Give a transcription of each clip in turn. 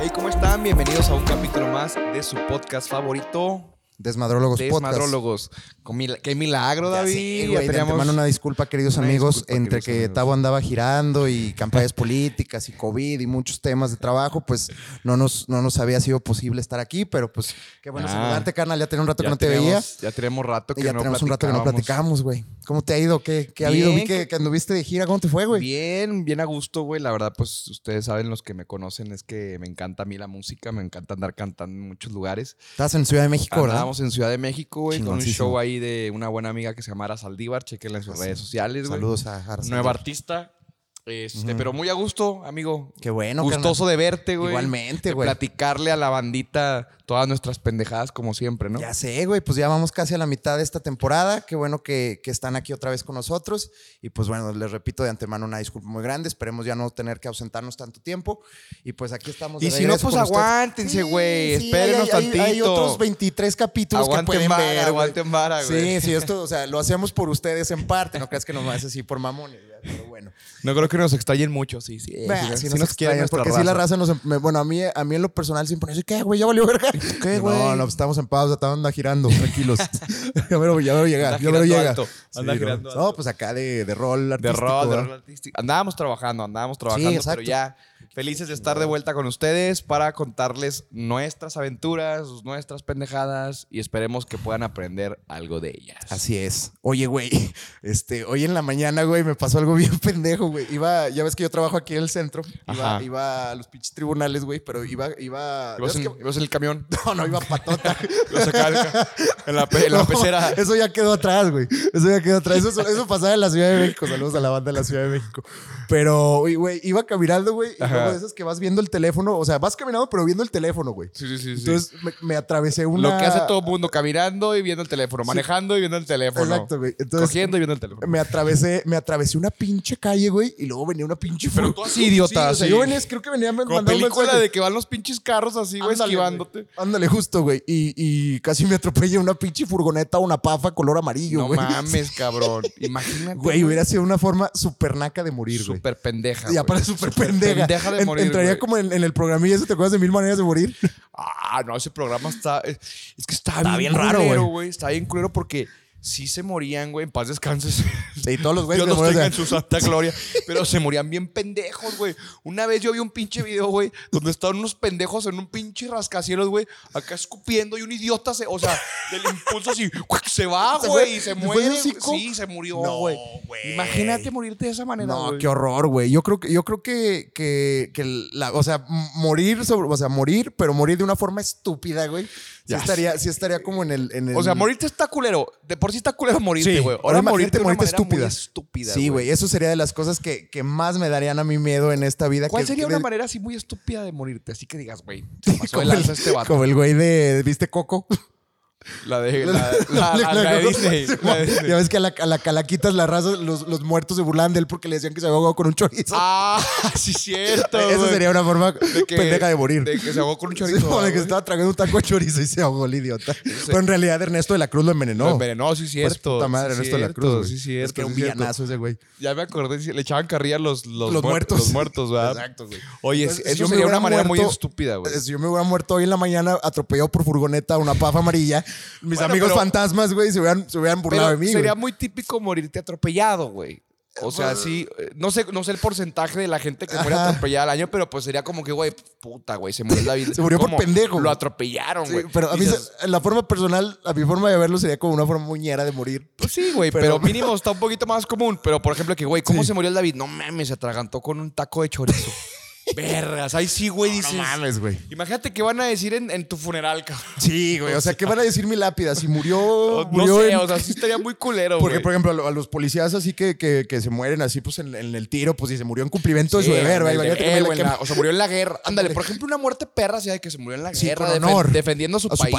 Hey, ¿cómo están? Bienvenidos a un capítulo más de su podcast favorito. Desmadrólogos Podcast. Desmadrólogos. Con mil- Qué milagro, Ya David. sé, Ya güey, de teníamos- antemano una disculpa, queridos Una amigos, disculpa, entre queridos que amigos. Tavo andaba girando y campañas políticas y COVID y muchos temas de trabajo, pues no nos, no nos había sido posible estar aquí, pero pues qué bueno Ah. saludarte, carnal. Ya tenía un rato ya que no te tenemos- veía. Ya tenemos rato que ya no tenemos un rato que no platicamos, güey. ¿Cómo te ha ido? ¿Qué, qué ha Bien, habido? Vi que- que, que anduviste de gira. ¿Cómo te fue, güey? Bien, bien a gusto, güey. La verdad, pues ustedes saben, los que me conocen, es que me encanta a mí la música, me encanta andar cantando en muchos lugares. Estás en Ciudad de México, ¿verdad? Andábamos en Ciudad de México, güey, con un Chingoncísimo. show ahí de una buena amiga que se llama Ara Saldívar. Chequenla en sus Así. redes sociales, güey. Saludos a Jara Nueva Saldívar. artista. Este, pero muy a gusto, amigo. Qué bueno, Gustoso de verte, güey. Igualmente, De güey. Platicarle a la bandita todas nuestras pendejadas como siempre, ¿no? Ya sé, güey, pues ya vamos casi a la mitad de esta temporada. Qué bueno que, que están aquí otra vez con nosotros. Y pues bueno, les repito de antemano una disculpa muy grande. Esperemos ya no tener que ausentarnos tanto tiempo. Y pues aquí estamos. de Y si no, regreso pues con ustedes. aguántense, güey. Sí, Espérenos hay- hay- tantito. Hay otros 23 capítulos Aguanten pues, que pueden vara, ver. güey. aguanten vara, güey. Sí, sí, esto, o sea, lo hacemos por ustedes en parte. No creas que nos haces así por mamones, güey, pero bueno. No creo que nos extrañen mucho, sí, eh, sí. Bah, sí, sí sí nos quiere extrañan, nuestra porque sí la raza nos... em- me- Bueno, a mí, a mí en lo personal siempre me dice, ¿qué, güey? Ya valió verga. ¿Qué, güey? No, no, pues, estamos en pausa, estamos anda girando, tranquilos. ya me lo ya me lo llega, Anda ya me girando lo llega. alto, anda no. girando no, alto. pues acá de, de rol De artístico. rol, de ¿verdad? rol artístico. Andábamos trabajando, andábamos trabajando, pero exacto. ya felices de estar de vuelta con ustedes para contarles nuestras aventuras, nuestras pendejadas y esperemos que puedan aprender algo de ellas. Así es. Oye, güey, este, hoy en la mañana, güey, me pasó algo bien pendejo, güey. Iba, ya ves que yo trabajo aquí en el centro. Iba, Ajá. iba a los pinches tribunales, güey, pero iba, iba. ¿Ibas ya en, ves que- ibas en el camión? No, no, iba patota. Lo sacaba en la, pe- en la No, pecera. Eso ya quedó atrás, güey. Eso ya quedó atrás. Eso, eso pasaba en la Ciudad de México. Saludos a la banda de la Ciudad de México. Pero, güey, güey, iba caminando, güey. Y Ajá. luego de esas que vas viendo el teléfono. O sea, vas caminando, pero viendo el teléfono, güey. Sí, sí, sí. sí. Entonces me, me atravesé una. Lo que hace todo mundo, caminando y viendo el teléfono, manejando y viendo el teléfono. Exacto, güey. Entonces cogiendo y viendo el teléfono. me atravesé, me atravesé una pinche calle, güey. Y luego venía una pinche. Pero fur- tú así, idiota, o sea, así. yo venía, creo que venía mandando Como un película mensaje. de que van los pinches carros así, güey, Ándale, esquivándote. güey. Ándale, justo, güey. Y, y casi me atropella una pinche furgoneta, una pafa color amarillo, No güey. mames, cabrón. Imagínate. Güey, hubiera sido una forma súper naca de morir, güey. Súper pendeja. Y güey. aparte súper pendeja. pendeja de En- morir, Entraría güey. como en, en el programilla, ¿eso te acuerdas de mil maneras de morir? Ah, no, ese programa está. Es es que está, Está bien, bien raro, culero, güey. güey. Está bien culero porque sí se morían, güey. En paz descanses. Sí, todos los güeyes Dios que los morían, tenga en o sea, su santa gloria. Pero se morían bien pendejos, güey. Una vez yo vi un pinche video, güey, donde estaban unos pendejos en un pinche rascacielos, güey, acá escupiendo y un idiota se, o sea, del impulso así, ¡cuac! se va, ¿Se güey, fue? y se ¿Se fue muere. el hocico? Sí, se murió, No, güey. güey. Imagínate morirte de esa manera, No, güey. qué horror, güey. Yo creo que, yo creo que, que, que la, o sea, m- morir sobre, o sea, morir, pero morir de una forma estúpida, güey. Sí Ya estaría, sí estaría como en el, en el- O sea, morirte está culero. De por sí está culero morirte, Sí. güey. Ahora Ahora morirte, imagínate de una morirte manera muy estúpida. estúpida. Sí, güey. Eso sería de las cosas que, que más me darían a mí miedo en esta vida. ¿Cuál que- sería que una del- manera así muy estúpida de morirte? Así que digas, güey, se pasó de Como el, lanza este vato. como el güey de, ¿viste Coco? La de, la, la- Ah, la- la de Disney. la de Disney. Ya ves que a la, a la calaquitas la raza, los, los muertos se burlaban de él porque le decían que se ahogó con un chorizo. Ah, sí, cierto. Esa güey. sería una forma que- pendeja de morir. De que se ahogó con un Sí, chorizo. como de que güey. estaba tragando un taco de chorizo y se ahogó el idiota. Pero en realidad Ernesto de la Cruz lo envenenó. Lo envenenó, sí, Pues, cierto. puta madre, sí, Ernesto de la cierto, Cruz. güey. Sí, cierto. es que era un sí, cierto. villanazo ese güey. Ya me acordé, sí, le echaban carrilla los, los, Los, muer- muertos. Los muertos, ¿verdad? Exacto, güey. Oye, Entonces, si eso yo me sería una hubiera manera muy muerto- estúpida, güey. Si yo me hubiera muerto hoy en la mañana atropellado por furgoneta a una pafa amarilla, mis Bueno, amigos pero- fantasmas, güey, se hubieran, se hubieran burlado Pero de mí. güey. Pues, sería muy típico morirte atropellado, güey. O sea, sí, eh, no sé, no sé el porcentaje de la gente que muere Ajá. atropellada al año, pero pues sería como que, güey, puta, güey, se murió la vida. Se murió por pendejo, Lo güey. atropellaron, Sí, güey. pero a mí Dices, se- la forma personal, a mi forma de verlo sería como una forma muñera de morir. Pues sí, güey, pero, Pero- mínimo está un poquito más común. Pero, por ejemplo, que, güey, ¿cómo se murió el David? No mames, se atragantó con un taco de chorizo. Vergas, ahí sí, güey, dices. güey. Imagínate qué van a decir en, en tu funeral, cabrón. Sí, güey. O sea, ¿qué van a decir mi lápida? Si murió. No murió sé, en- o sea, sí estaría muy culero, Porque, güey. por ejemplo, a lo- a los policías así que, que, que se mueren así, pues en, en el tiro, pues si se murió en cumplimiento de su Sí, deber, güey. en el imagínate deber, que me la güey, en quema- la- o se murió en la guerra. Ándale, por ejemplo, una muerte perra, sea de que se murió en la Sí, guerra, con defen- honor defendiendo a su, a su país,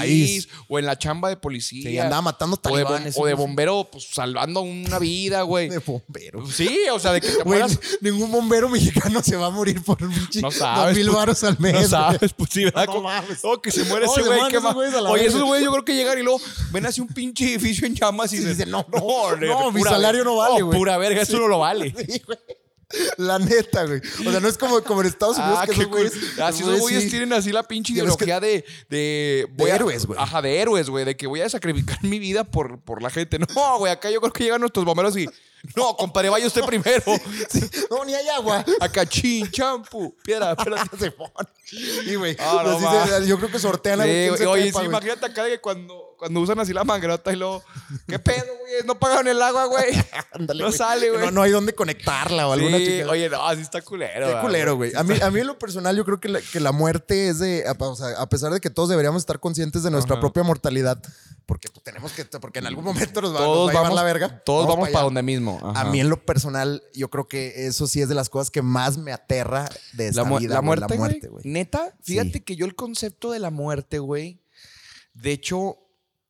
país. o en la chamba de policía. Sí, andaba matando o de, bom- talibanes. o de bombero, pues salvando una vida, güey. De bombero. Sí, o sea, de que te Güey, mueras. ningún bombero mexicano se va a morir por un pinche No dos sabes. mil pues, varos al mes. No güey. sabes, pues sí, ¿verdad? No Como- mames. oh, que se muere No, ese se güey. van qué esos ma- güeyes a la Oye, verga. esos güeyes yo creo que llegan y luego ven así un pinche edificio en llamas y Sí, dicen, dicen, no, no, no, mi pura salario verga. no vale, Oh, güey. pura verga, eso no lo vale. Sí, güey. La neta, güey. O sea, no es como, como en Estados Unidos Ah, que qué esos güeyes. cool. Así güeyes esos güeyes sí- tienen así la pinche Ya ves que- ideología de, de, voy a- héroes, güey. Ajá, de héroes, güey. De que voy a sacrificar mi vida por, por la gente. No, güey, acá yo creo que llegan nuestros bomberos y. No, compadre, vaya usted primero. No, ni hay agua. Acá chin, champu, piedra, piedra. Simón. Y, güey, Ah, no, los dice- va. yo creo que sortean a Sí, ver quién güey. se Oye, trepa, sí, güey. imagínate acá de que cuando, cuando usan así la mangrota y luego. ¿Qué pedo, güey? No pagaron el agua, güey. Ándale, no sale, güey. No, no hay dónde conectarla o alguna Sí, chica. Oye, no, así está culero. Qué va, culero, güey. A mí, a mí en lo personal yo creo que la, que la muerte es de... a- O sea, a pesar de que todos deberíamos estar conscientes de nuestra Ajá. propia mortalidad, porque pues, tenemos que... Porque en algún momento nos va, nos Todos va a llevar vamos, la verga. Todos vamos pa' para allá. donde mismo. A Ajá. mí en lo personal yo creo que eso sí es de las cosas que más me aterra de esta la, mu- vida. la güey, muerte, La muerte, güey. güey. Neta, fíjate Sí. que yo el concepto de la muerte, güey, de hecho,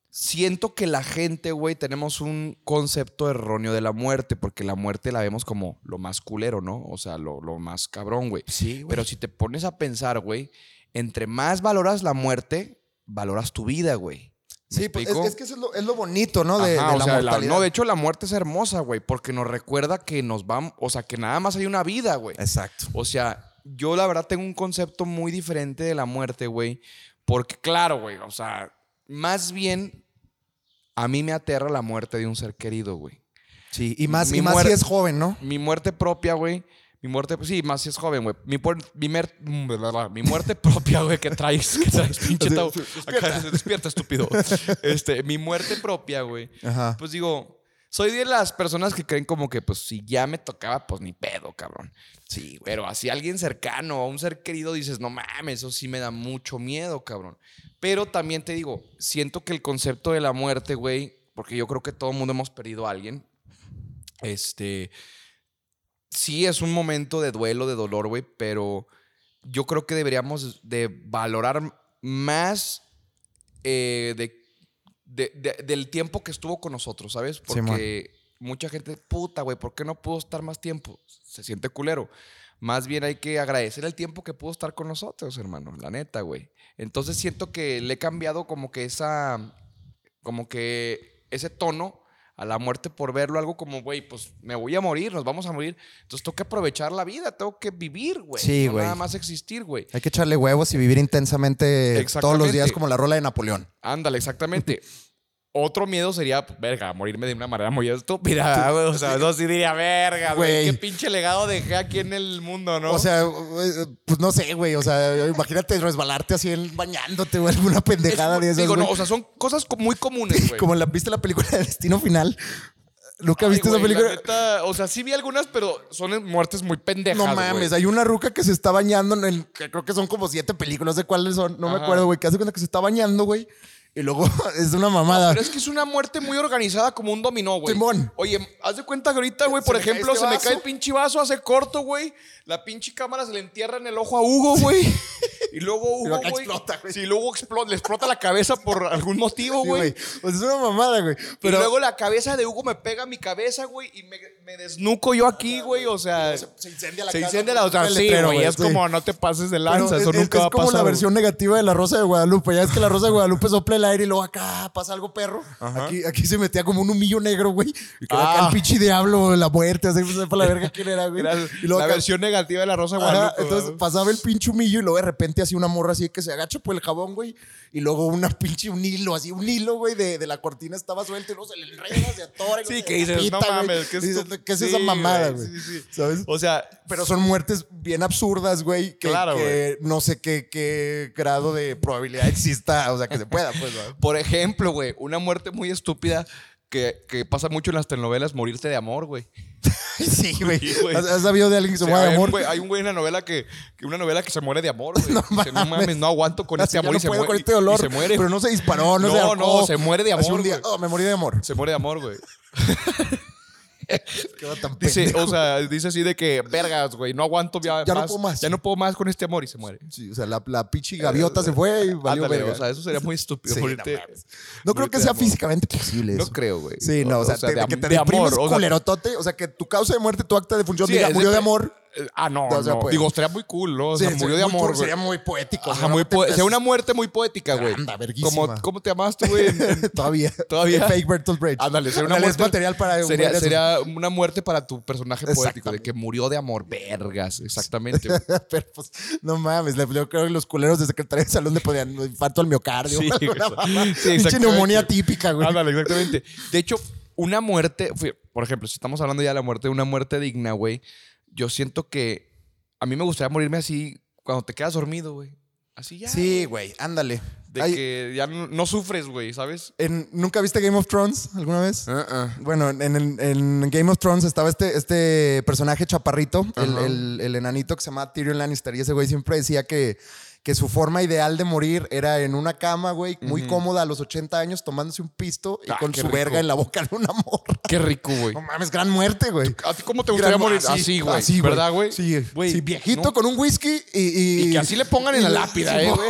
siento que la gente, güey, tenemos un concepto erróneo de la muerte, porque la muerte la vemos como lo más culero, ¿no? O sea, lo, lo más cabrón, güey. Sí, güey. Pero si te pones a pensar, güey, entre más valoras la muerte, valoras tu vida, güey. ¿Me Sí, pues, es, explico? es que eso es lo, es lo bonito, ¿no? De, Ajá, de o la sea, la- mortalidad. no, de hecho, la muerte es hermosa, güey, porque nos recuerda que nos vamos, o sea, que nada más hay una vida, güey. Exacto. O sea, yo la verdad tengo un concepto muy diferente de la muerte, güey. Porque, claro, güey, o sea, más bien a mí me aterra la muerte de un ser querido, güey. Sí, y más, Mi y más si muer- es joven, ¿no? Mi muerte propia, güey. Mi muerte, pues sí, más si es joven, güey. Mi, puer- mi, mer- mm, bla, bla, bla. Mi muerte propia, güey, que traes, que traes, pinche Sí, tau- sí, Acá, despierta, estúpido. Este, mi muerte propia, güey. Ajá. Pues digo, soy de las personas que creen como que, pues, si ya me tocaba, pues ni pedo, cabrón. Sí, güey. Pero así alguien cercano, a un ser querido, dices, no mames, eso sí me da mucho miedo, cabrón. Pero también te digo, siento que el concepto de la muerte, güey, porque yo creo que todo el mundo hemos perdido a alguien, este, sí es un momento de duelo, de dolor, güey, pero yo creo que deberíamos de valorar más eh, de, de- de- del tiempo que estuvo con nosotros, ¿sabes? Simón. Porque mucha gente, puta, güey, ¿por qué no pudo estar más tiempo? Se siente culero. Más bien hay que agradecer el tiempo que pudo estar con nosotros, hermano, la neta, güey. Entonces siento que le he cambiado como que esa, como que ese tono a la muerte por verlo algo como, güey, pues me voy a morir, nos vamos a morir. Entonces tengo que aprovechar la vida, tengo que vivir, güey. Sí, no güey. Nada más existir, güey. Hay que echarle huevos y vivir intensamente todos los Exactamente. días como la rola de Napoleón. Ándale, exactamente. Otro miedo sería, pues, verga, morirme de una manera muy estúpida, güey. O sea, no sí diría, verga, güey. Güey. Qué pinche legado dejé aquí en el mundo, ¿no? O sea, eh, pues no sé, güey. O sea, imagínate resbalarte así en- bañándote o alguna Es pendejada muy- de esas. digo, no, güey. o sea, son cosas co- muy comunes, güey. como la viste la película de Destino Final. Nunca viste Ay, esa güey, la película. neta, o sea, sí vi algunas, pero son muertes muy pendejas. No güey. mames, hay una ruca que se está bañando en el. que creo que son como siete películas, no sé cuáles son, no me Ajá. acuerdo, güey. Que hace cuenta que se está bañando, güey. Y luego es una mamada. Pero es que es una muerte muy organizada como un dominó, güey. Timón. Oye, haz de cuenta que ahorita, güey, Se por me cae ejemplo, este se me vaso. cae el pinche vaso, hace corto, güey. La pinche cámara se le entierra en el ojo a Hugo, güey. Y luego Hugo, luego acá güey. explota, güey. Sí, luego explo- le explota la cabeza por algún motivo, Sí, güey. güey. O sea, es una mamada, güey. Pero Pero luego la cabeza de Hugo me pega a mi cabeza, güey, y me, me desnuco yo aquí, güey. O sea, se incendia la se casa, incendia la güey, otra. el Sí, letrero, güey. güey, Es sí. como no te pases de Pero lanza. es, Eso es- nunca es va a pasar. como la güey. versión negativa de la Rosa de Guadalupe. Ya es que la Rosa de Guadalupe sopla el aire y luego acá pasa algo perro. Aquí, aquí se metía como un humillo negro, güey. Y que era acá Ah. el pinche diablo, la muerte, así no sé para la verga quién era, güey. Era Y luego la acá- versión negativa de la Rosa de Ajá, Guadalupe. entonces güey. pasaba el pinche humillo y luego de repente así una morra así que se agacha por el jabón, güey. Y luego una pinche un hilo, así un hilo, güey, de, de la cortina estaba suelto y luego se le enreda, se atora. y Sí, luego que se dices, decapita, no güey. mames, ¿qué es, Dices, tu- ¿qué es Sí, esa mamada, güey? güey, sí, sí. ¿Sabes? O sea, Pero son muertes bien absurdas, güey. Que, Claro, que no sé qué, qué grado de probabilidad exista. O sea, que se pueda, pues. ¿verdad? por ejemplo, güey, una muerte muy estúpida que, que pasa mucho en las telenovelas, morirte de amor, güey. Sí, güey. Sí, güey. ¿Has, has sabido de alguien que se O sea, muere de hay, un amor? güey- hay un güey en la novela que, que una novela que se muere de amor, güey. No Dice, No mames. mames, no aguanto con Así, este ya amor no y se puedo muere. con este y- y dolor. se muere. Pero no se disparó, no, se No, ahorcó. no, se muere de Así amor, un día, güey. oh, me morí de amor. Se muere de amor, güey. Qué va tan Dice, pendejo. o sea, dice así de que, vergas, güey, no aguanto ya, Ya no más, puedo más. Ya no puedo más con este amor y se muere. Sí, o sea, la, la pinche gaviota se fue y valió Ándale, verga. o sea, eso sería muy estúpido. Sí, morirte- no mames. no creo morirte que de sea amor. físicamente posible eso. No creo, güey. Sí, no, o, sea, te- de que am- te de amor, deprimes o sea, culerotote. O sea, que tu causa de muerte, tu acta de función Sí, diga, es murió de depre- amor. eh, ah, no, No, o sea, no. pues. Digo, estaría muy cool, ¿no? O sea, Sí, murió de sería muy cool, amor, güey. Sería muy poético. Ajá, ¿no? muy No te poe- haces- sería una muerte muy poética, güey. Anda, verguísima. Como, ¿Cómo te llamas tú, güey? en- en- Todavía. Todavía. Fake Bertolt Brecht. Ándale, sería una Ándale, es muerte- material para... un Sería, buen- sería una muerte para tu personaje poético, de que murió de amor, vergas, exactamente. güey. Pero, pues, no mames, le- yo creo que los culeros de Secretaría de Salud le podrían infarto al miocardio. Sí, Sí, exacto. Sí, Pinche exactamente. neumonía típica, güey. Ándale, exactamente. De hecho, una muerte, fí- por ejemplo, si estamos hablando ya de la muerte, una muerte digna, güey, yo siento que a mí me gustaría morirme así cuando te quedas dormido, güey. Así ya. Sí, güey, ándale. De Ay, que ya no, no sufres, güey, ¿sabes? en- ¿Nunca viste Game of Thrones alguna vez? Bueno, en, en- en Game of Thrones estaba este, este personaje chaparrito, el, Ajá. el- el enanito que se llama Tyrion Lannister. Y ese güey siempre decía que, que su forma ideal de morir era en una cama, güey, muy cómoda a los 80 años, tomándose un pisto y Ah, con qué su rico. verga en la boca de una morra. Qué rico, güey. No mames, gran muerte, güey. ¿A ti cómo te gustaría Gran- morir? Así, güey. así, ¿Verdad, güey? Sí, eh, Güey, sí, viejito no. con un whisky y, y- Y que así le pongan en la lápida, eh, güey.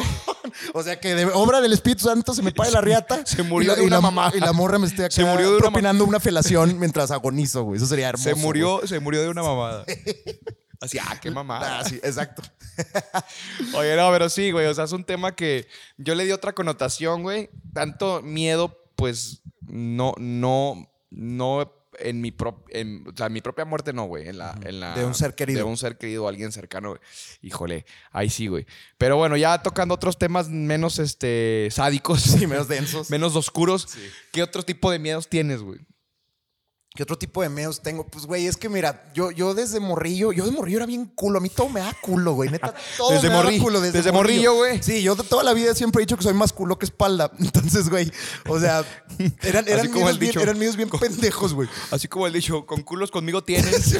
O sea, que de obra del Espíritu Santo se me pague la riata. Se murió y la, de y la- una mamá. Y la morra me esté acá Se murió de una propinando una felación mientras agonizo, güey. Eso sería hermoso. Se murió, se murió de una mamada. Así, ah, qué mamada. Así, exacto. Oye, no, pero sí, güey. O sea, es un tema que yo le di otra connotación, güey. Tanto miedo, pues, no, no, no en mi, prop- en, o sea, en mi propia muerte, no, güey. En la, en la- De un ser querido. De un ser querido, alguien cercano, güey. Híjole, ahí sí, güey. Pero bueno, ya tocando otros temas menos, este, sádicos. Sí, menos densos. menos oscuros. ¿Qué otro tipo de miedos tienes, güey? ¿Qué otro tipo de meos tengo? Pues, güey, es que mira, yo, yo desde morrillo, yo de morrillo era bien culo. A mí todo me da culo, güey. Neta, todo Desde me daba morri- culo desde, desde morrillo, güey. Sí, yo de toda la vida siempre he dicho que soy más culo que espalda. Entonces, güey, o sea, eran, eran, Así como miedos el bien, dicho. eran miedos bien pendejos, güey. Así como el dicho, con culos conmigo tienes.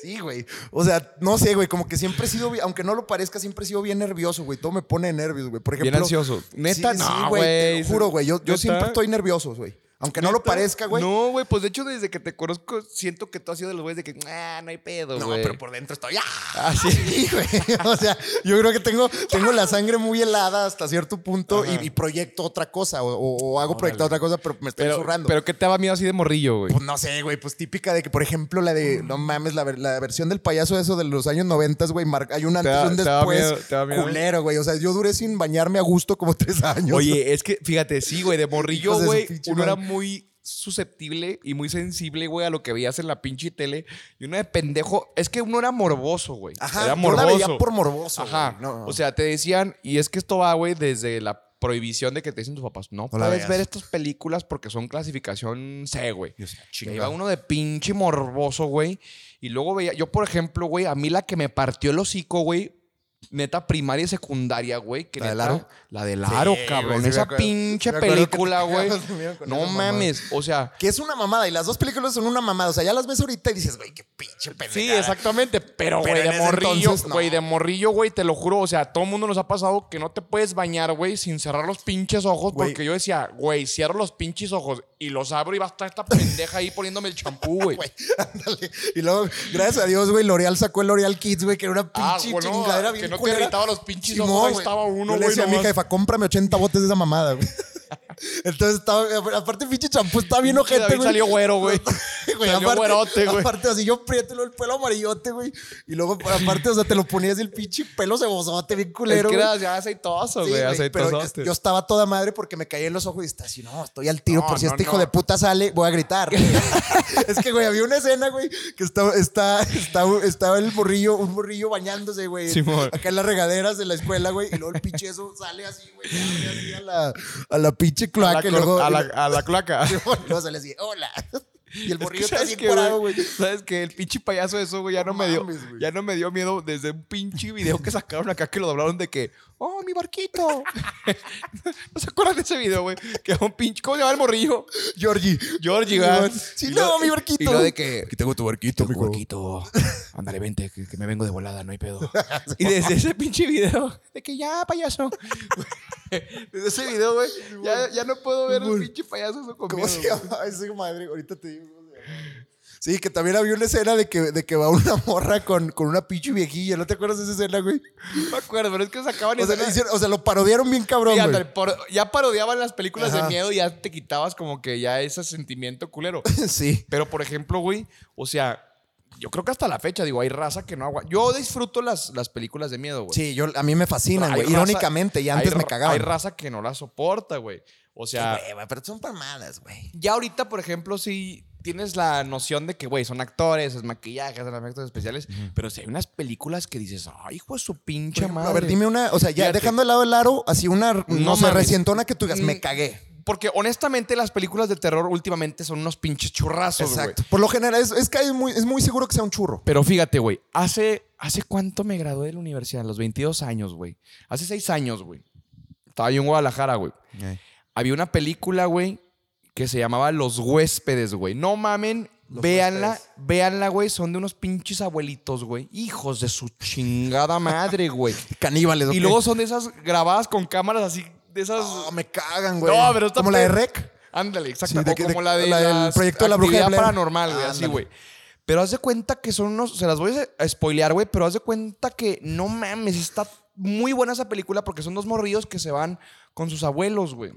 Sí, güey. O sea, no sé, güey. Como que siempre he sido, bi- aunque no lo parezca, siempre he sido bien nervioso, güey. Todo me pone de nervios, güey. Por ejemplo. Bien ansioso. Neta, no, Te güey. lo juro, güey. Yo, yo ¿Neta? siempre estoy nervioso, güey. Aunque no lo ¿Neta? parezca, güey. No, güey, pues de hecho desde que te conozco siento que tú has sido de los güeyes de que, ah, no hay pedo, No, güey. pero por dentro estoy. ¡Ah! Así. Sí, güey. O sea, yo creo que tengo, tengo la sangre muy helada hasta cierto punto y, y proyecto otra cosa. O, o- o hago proyectar otra cosa, pero me estoy Pero, zurrando. pero ¿qué te daba miedo así de morrillo, güey? Pues no sé, güey, pues típica de que, por ejemplo, la de, no mames, la, ver- la versión del payaso eso de los años noventas, güey, mar- hay un antes da- y un te da después miedo, te da miedo. culero, güey. O sea, yo duré sin bañarme a gusto como tres años. Oye, es que, fíjate, sí, güey, de morrillo, Hijos de su güey, pinche uno era madre. muy susceptible y muy sensible, güey, a lo que veías en la pinche tele. Y uno de pendejo, es que uno era morboso, güey. Ajá, era yo la morboso. veía por morboso, Ajá. güey. No. O sea, te decían, y es que esto va, güey, desde la prohibición de que te dicen tus papás, no, No la puedes veas. ver estas películas porque son clasificación C, güey. Yo decía, Y chinga. ahí va uno de pinche morboso, güey. Y luego veía, yo por ejemplo, güey, a mí la que me partió el hocico, güey, neta primaria y secundaria, güey. Que ¿La de neta- Laro? La de Laro, Sí, cabrón. güey, sí me Esa acuerdo. pinche Me acuerdo que te película, güey. cagabas de miedo con No esa mamada. mames, o sea. Que es una mamada y las dos películas son una mamada. O sea, ya las ves ahorita y dices, güey, qué pinche pendejo. Sí, exactamente, pero Pero güey, en de ese morrillo, entonces, no. güey, de morrillo, güey, te lo juro, o sea, a todo mundo nos ha pasado que no te puedes bañar, güey, sin cerrar los pinches ojos, Güey. porque yo decía, güey, cierro los pinches ojos y los abro y va a estar esta pendeja ahí poniéndome el champú, güey. Güey, ándale. Y luego, gracias a Dios, güey, L'Oreal sacó el L'Oreal Kids, güey, que era una Ah, pinche güey, no, chingadera que bien no te culera. irritaba los pinches Simón, ojos, ahí güey. estaba uno, Yo le güey, decía a mi nomás. jefa, cómprame 80 botes de esa mamada, güey. Entonces estaba, aparte el pinche champú está bien Pinche ojete, David güey. salió güero, güey. Güey, Salió güerote, güey. aparte, así yo prieto y luego el pelo amarillote, güey. Y luego, aparte, o sea, te lo ponías y el pinche pelo cebosote, bien Es culero. que güey. era ya aceitoso, Sí, güey, güey, pero aceitoso. yo estaba toda madre porque me caí en los ojos y está así, no, estoy al tiro, No, por si no, este hijo no. de puta sale, voy a gritar. es que, güey, había una escena, güey, que estaba, está, está, estaba el morrillo, un morrillo bañándose, güey, Simón. acá en las regaderas de la escuela, güey, y luego el pinche eso sale así, güey, abre así a la, a la pinche A cloaca la, y cor- luego... a la, y a la cloaca. luego- y luego sale así, hola. Y el morrillo Es que está ¿sabes así qué, parado, güey. Sabes que el pinche payaso eso, güey, ya no, No me dio, mames, güey. ya no me dio miedo desde un pinche video que sacaron acá que lo doblaron de que, oh, mi barquito. ¿No se acuerdan de ese video, güey? Que era un pinche, ¿cómo se llama el morrillo? Georgie. Georgie, güey. Sí, Y no, lo- mi barquito. Y lo de que, Aquí tengo tu barquito, mi güey. Huequito, ándale, vente, que, que me vengo de volada, no hay pedo. y desde ese pinche video, de que ya, payaso. desde ese video, güey, ya, ya no puedo ver el pinche payaso eso con ¿Cómo miedo, se güey. llama ese madre? Ahorita te digo. cómo se llama. Sí, que también había una escena de que, de que va una morra con, con una pinche viejilla. ¿No te acuerdas de esa escena, güey? No me acuerdo, pero es que sacaban O sea, escenas- le hicieron- o sea, lo parodiaron bien cabrón, Sí, güey. ándale, por- ya parodiaban las películas de Ajá. miedo y ya te quitabas como que ya ese sentimiento culero. Sí. Pero, por ejemplo, güey, o sea, yo creo que hasta la fecha, digo, hay raza que no aguanta. Yo disfruto las, las películas de miedo, güey. Sí, yo, a mí me fascinan, Hay güey. raza- Irónicamente, y antes Hay me ra- cagaban. Hay raza que no la soporta, güey. O Qué sea, hueva, pero son palmadas, güey. ya ahorita, por ejemplo, sí tienes la noción de que, güey, son actores, es maquillaje, son efectos especiales, pero si hay unas películas que dices, ay, hijo de su pinche Por ejemplo, madre. A ver, dime una, o sea, ya Fíjate. dejando de lado el aro, así una, no, No sé, mames. recientona que tú digas, Mm. me cagué. Porque honestamente las películas de terror últimamente son unos pinches churrazos, güey. Exacto. Por lo general, es, es que es muy, es muy seguro que sea un churro. Pero fíjate, güey, hace, hace cuánto me gradué de la universidad, a los 22 años, güey. Hace seis años, güey. Estaba yo en Guadalajara, güey. Había una película, güey, que se llamaba Los Huéspedes, güey. No mamen, Los véanla, Huéspedes. véanla, güey. Son de unos pinches abuelitos, güey. Hijos de su chingada madre, güey. Caníbales, y ok. luego son de esas grabadas con cámaras así, de esas... Ah, me cagan, güey. No, pero está Como la de pe- Rec. Ándale, exacto. Sí, de O que- como de- la de la del las proyecto de la bruja de actividad Blair. paranormal, güey, así, Ándale. güey. Pero haz de cuenta que son unos. Se las voy a spoilear, güey, pero haz de cuenta que no mames, está muy buena esa película porque son dos morrillos que se van con sus abuelos, güey.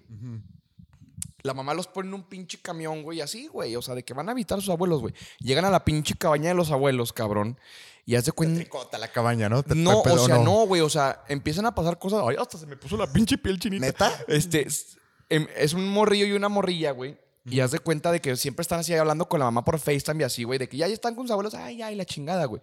La mamá los pone en un pinche camión, güey, así, güey. O sea, de que van a visitar a sus abuelos, güey. Llegan a la pinche cabaña de los abuelos, cabrón. Y haz de cuenta. Tricota la cabaña, ¿no? Te- No, te- o pero sea, no, güey. O sea, empiezan a pasar cosas. Ay, hasta se me puso la pinche piel chinita. ¿Neta? Este, es, em, es un morrillo y una morrilla, güey. Y haz de cuenta de que siempre están así hablando con la mamá por FaceTime y así, güey. De que ya ya están con sus abuelos. Ay, ay, la chingada, güey.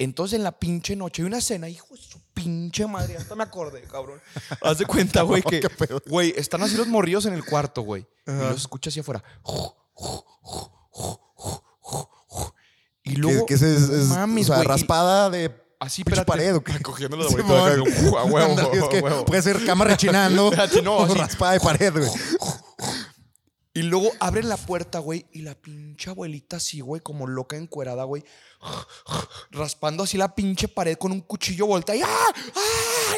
Entonces, en la pinche noche hay una cena, hijo de su pinche madre. Hasta me acordé, cabrón. Haz de cuenta, güey, que... qué pedo. Güey, están así los morrillos en el cuarto, güey. Y los escucha así afuera. Y luego... Que, que ese es, es- Mames, o sea, güey, y- raspada de Así, pinche espérate. pared. ¿o qué? Cogiendo la Simón. bolita de acá, como, a huevo, Ándale, es que a huevo. Puede ser cama rechinando. Espérate, no, o así. raspada de pared, güey. Y luego abren la puerta, güey, y la pinche abuelita así, güey, como loca encuerada, güey, raspando así la pinche pared con un cuchillo volta y ¡ah! ¡ah!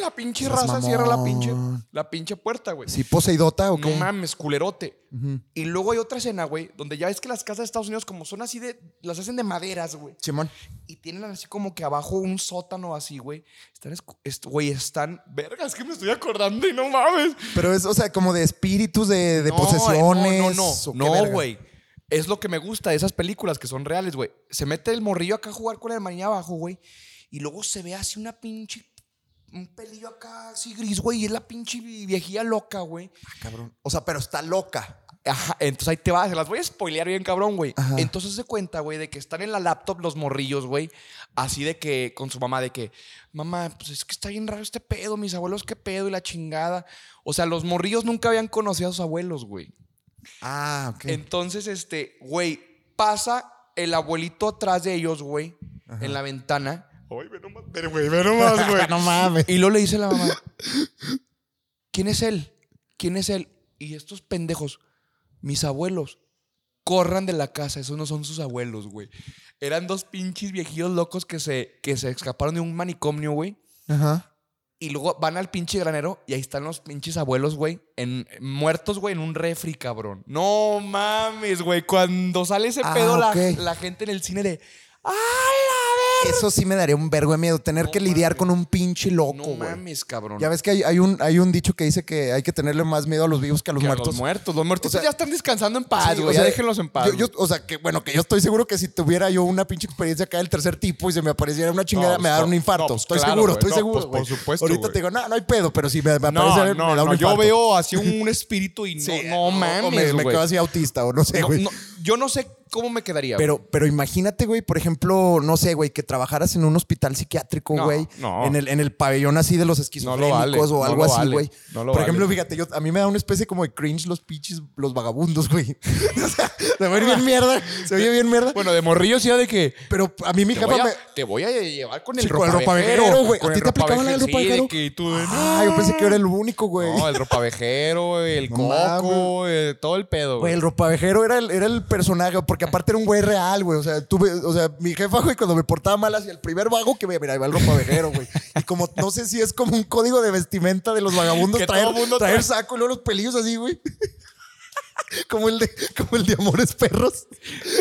La pinche Seas raza cierra la mamón. pinche, la pinche puerta, güey. Sí, poseidota o No qué. mames, culerote. Ujú. Y luego hay otra escena, güey, donde ya ves que las casas de Estados Unidos como son así de, las hacen de maderas, güey. Simón. Y tienen así como que abajo un sótano así, güey. Están, escu- est- güey, están, verga, es que me estoy acordando y no mames. Pero es, o sea, como de espíritus, de, de No, posesiones. No, ¿o no, no, qué no, verga? güey. Es lo que me gusta de esas películas que son reales, güey. Se mete el morrillo acá a jugar con la hermanilla abajo, güey. Y luego se ve así una pinche. Un pelillo acá así gris, güey. Y es la pinche vi- viejilla loca, güey. Ah, Cabrón. O sea, pero está loca. Ajá, entonces ahí te vas, se las voy a spoilear bien, cabrón, güey. Ajá. Entonces se cuenta, güey, de que están en la laptop los morrillos, güey. Así de que con su mamá, de que, mamá, pues es que está bien raro este pedo, mis abuelos, qué pedo y la chingada. O sea, los morrillos nunca habían conocido a sus abuelos, güey. Ah, ok. Entonces, este, güey, pasa el abuelito atrás de ellos, güey, en la ventana. Ay, ve nomás, pero, güey, ve nomás, güey. no mames. Y luego le dice la mamá, ¿quién es él? ¿Quién es él? Y estos pendejos, mis abuelos, corran de la casa, esos no son sus abuelos, güey. Eran dos pinches viejillos locos que se, que se escaparon de un manicomio, güey. Ajá. Y luego van al pinche granero y ahí están los pinches abuelos, güey, en, muertos, güey, en un refri, cabrón. No mames, güey. Cuando sale ese Ah, pedo, la- ok. la, gente en el cine de. ¡Ah, la Eso sí me daría un vergo de miedo, tener No que lidiar mames. con un pinche ver! loco, No güey. mames, cabrón. ya ves que hay, hay un, hay un dicho que dice que hay que tenerle más miedo a los vivos que a los Que a muertos. Los muertos, los muertos O sea, ya están descansando en Sí, paz, o güey. sea, ya déjenlos en paz. yo- yo- o sea, que bueno, que yo estoy seguro que si tuviera yo una pinche experiencia acá del tercer tipo y se me apareciera una chingada, No, me daría no, un infarto. no, pues, estoy claro, seguro, güey. estoy No, seguro. pues, por güey. supuedo, Ahorita güey. te digo, no, no hay pedo, pero si me, me güey. no, aparece, no, me da un no, yo infarto. veo así un espíritu y no, Sí, no o- o me, mames, me güey. quedo así autista o no sé, No, güey. no, yo no sé cómo me quedaría. güey. Pero, pero imagínate, güey, por ejemplo, no sé, güey, que trabajaras en un hospital psiquiátrico, No, güey. no. En el, en el pabellón así de los No esquizofrénicos lo vale, o no algo lo así, vale, güey. no lo por ejemplo, vale. fíjate, yo, a mí me da una especie como de cringe los pinches, los vagabundos, güey. o sea, se oye bien mierda, se oye bien mierda. bueno, de morrillo sí era de que. Pero a mí mi Te jefa voy, a, me... te voy a llevar con el Sí, con el ropavejero. ropavejero, güey. con ¿A el ti te aplicaban la del ropavejero? Sí, de ropavejero? que tú de, Ah, yo pensé que era el único, güey. No, el ropavejero, el No coco, eh, todo el pedo, Güey, güey. el ropavejero era el, era el personaje, porque aparte era un güey real, güey. O sea, tuve, o sea, mi jefa, güey, cuando me portaba mal hacia el primer vago que me mira, ahí va el ropavejero, güey. Y como no sé si es como un código de vestimenta de los vagabundos Que traer, todo mundo traer trae. saco y luego los pelillos así, güey. Como el de, como el de Amores Perros.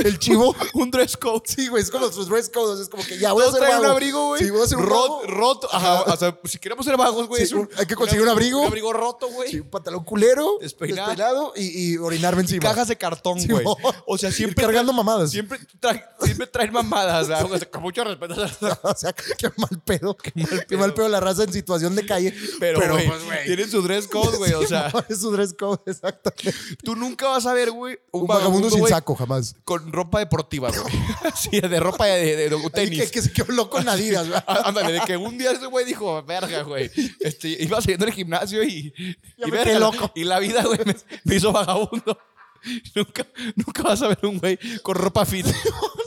El chivo. Un dress code. Sí, güey, es como sus dress codes. Es como que ya voy a Todos ser traen un vago. abrigo, güey. Sí, voy a ser un Rot, vago. roto. Ajá. O sea, si queremos ser vagos, güey. Sí, es un- un- hay que conseguir un abrigo. Un abrigo roto, güey. Sí, un pantalón culero. Despeinado. Despeinado. y, y orinarme encima. Cajas de cartón, Sí, güey. mo. O sea, Ir siempre. cargando mamadas. Siempre, trae, siempre traen mamadas. ¿verdad? O sea, Con mucho respeto. o sea, qué mal pedo. Qué mal pedo. pedo. la raza en situación de calle. Pero, güey, pues, güey. tienen su dress code, güey. O Sí, sea, mo, es su dress code, exactamente. tú nunca vas a ver, güey, un, Un vagabundo sin güey, saco, jamás. Con ropa deportiva, güey. sí, de ropa de, de- de- de Ahí tenis. Que, que se quedó loco en Adidas, ¿verdad? Á- Ándale, de que un día ese güey dijo, verga, güey. Este, iba saliendo del gimnasio y. Ya y me quedé la- loco. Y la vida, güey, me, me hizo vagabundo. Nunca, nunca vas a ver un güey con ropa fit.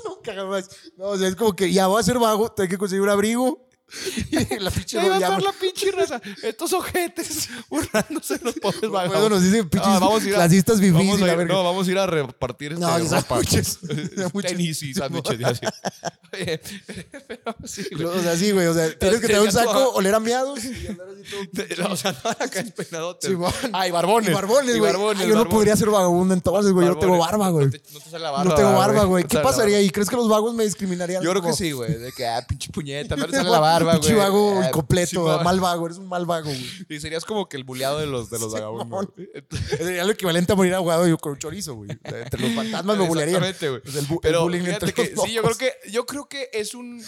Nunca jamás. No, o sea, es como que ya voy a ser vago, tengo que conseguir un abrigo. Y la pinche Ahí va a ya, estar güey. la pinche raza. Estos ojetes burlándose de los pobres Bueno, vagabundos. nos dicen pinches clasistas vivís Ah, vamos y a la ir- verga. No, vamos a ir a repartir este No, y ropa. sándwiches. Tenis y sándwiches. y así. Oye, pero sí, güey. O sea, sí, güey. O sea, tienes que que traer un ya saco, todo- oler a miados y andar así todo. O sea, no acá despeinadotes. Simón. Ah, y barbones. Y barbones, Y güey. barbones, Ah, yo no barbones. podría ser vagabundo entonces, güey. Yo no tengo Barbones. barba, güey. No, te- no te sale la barba. No tengo barba, ¿verdad, güey. No ¿Qué te sale la pasaría barba. ahí? ¿Crees que los vagos me discriminarían? Yo creo que Como, sí, güey. De que, ah, pinche puñeta, no le sale la barba, güey. Pinche vago Ah, sí, incompleto, va- mal vago. Eres un mal vago, güey. Y serías como que el buleado de los, de los vagabundos. Simón. Sería lo equivalente a morir ahogado yo con un chorizo, güey. Entre los fantasmas me bulearían. Exactamente, güey. Pues el bu- el Pero bullying fíjate entre que los sí, yo creo locos. que yo creo que es un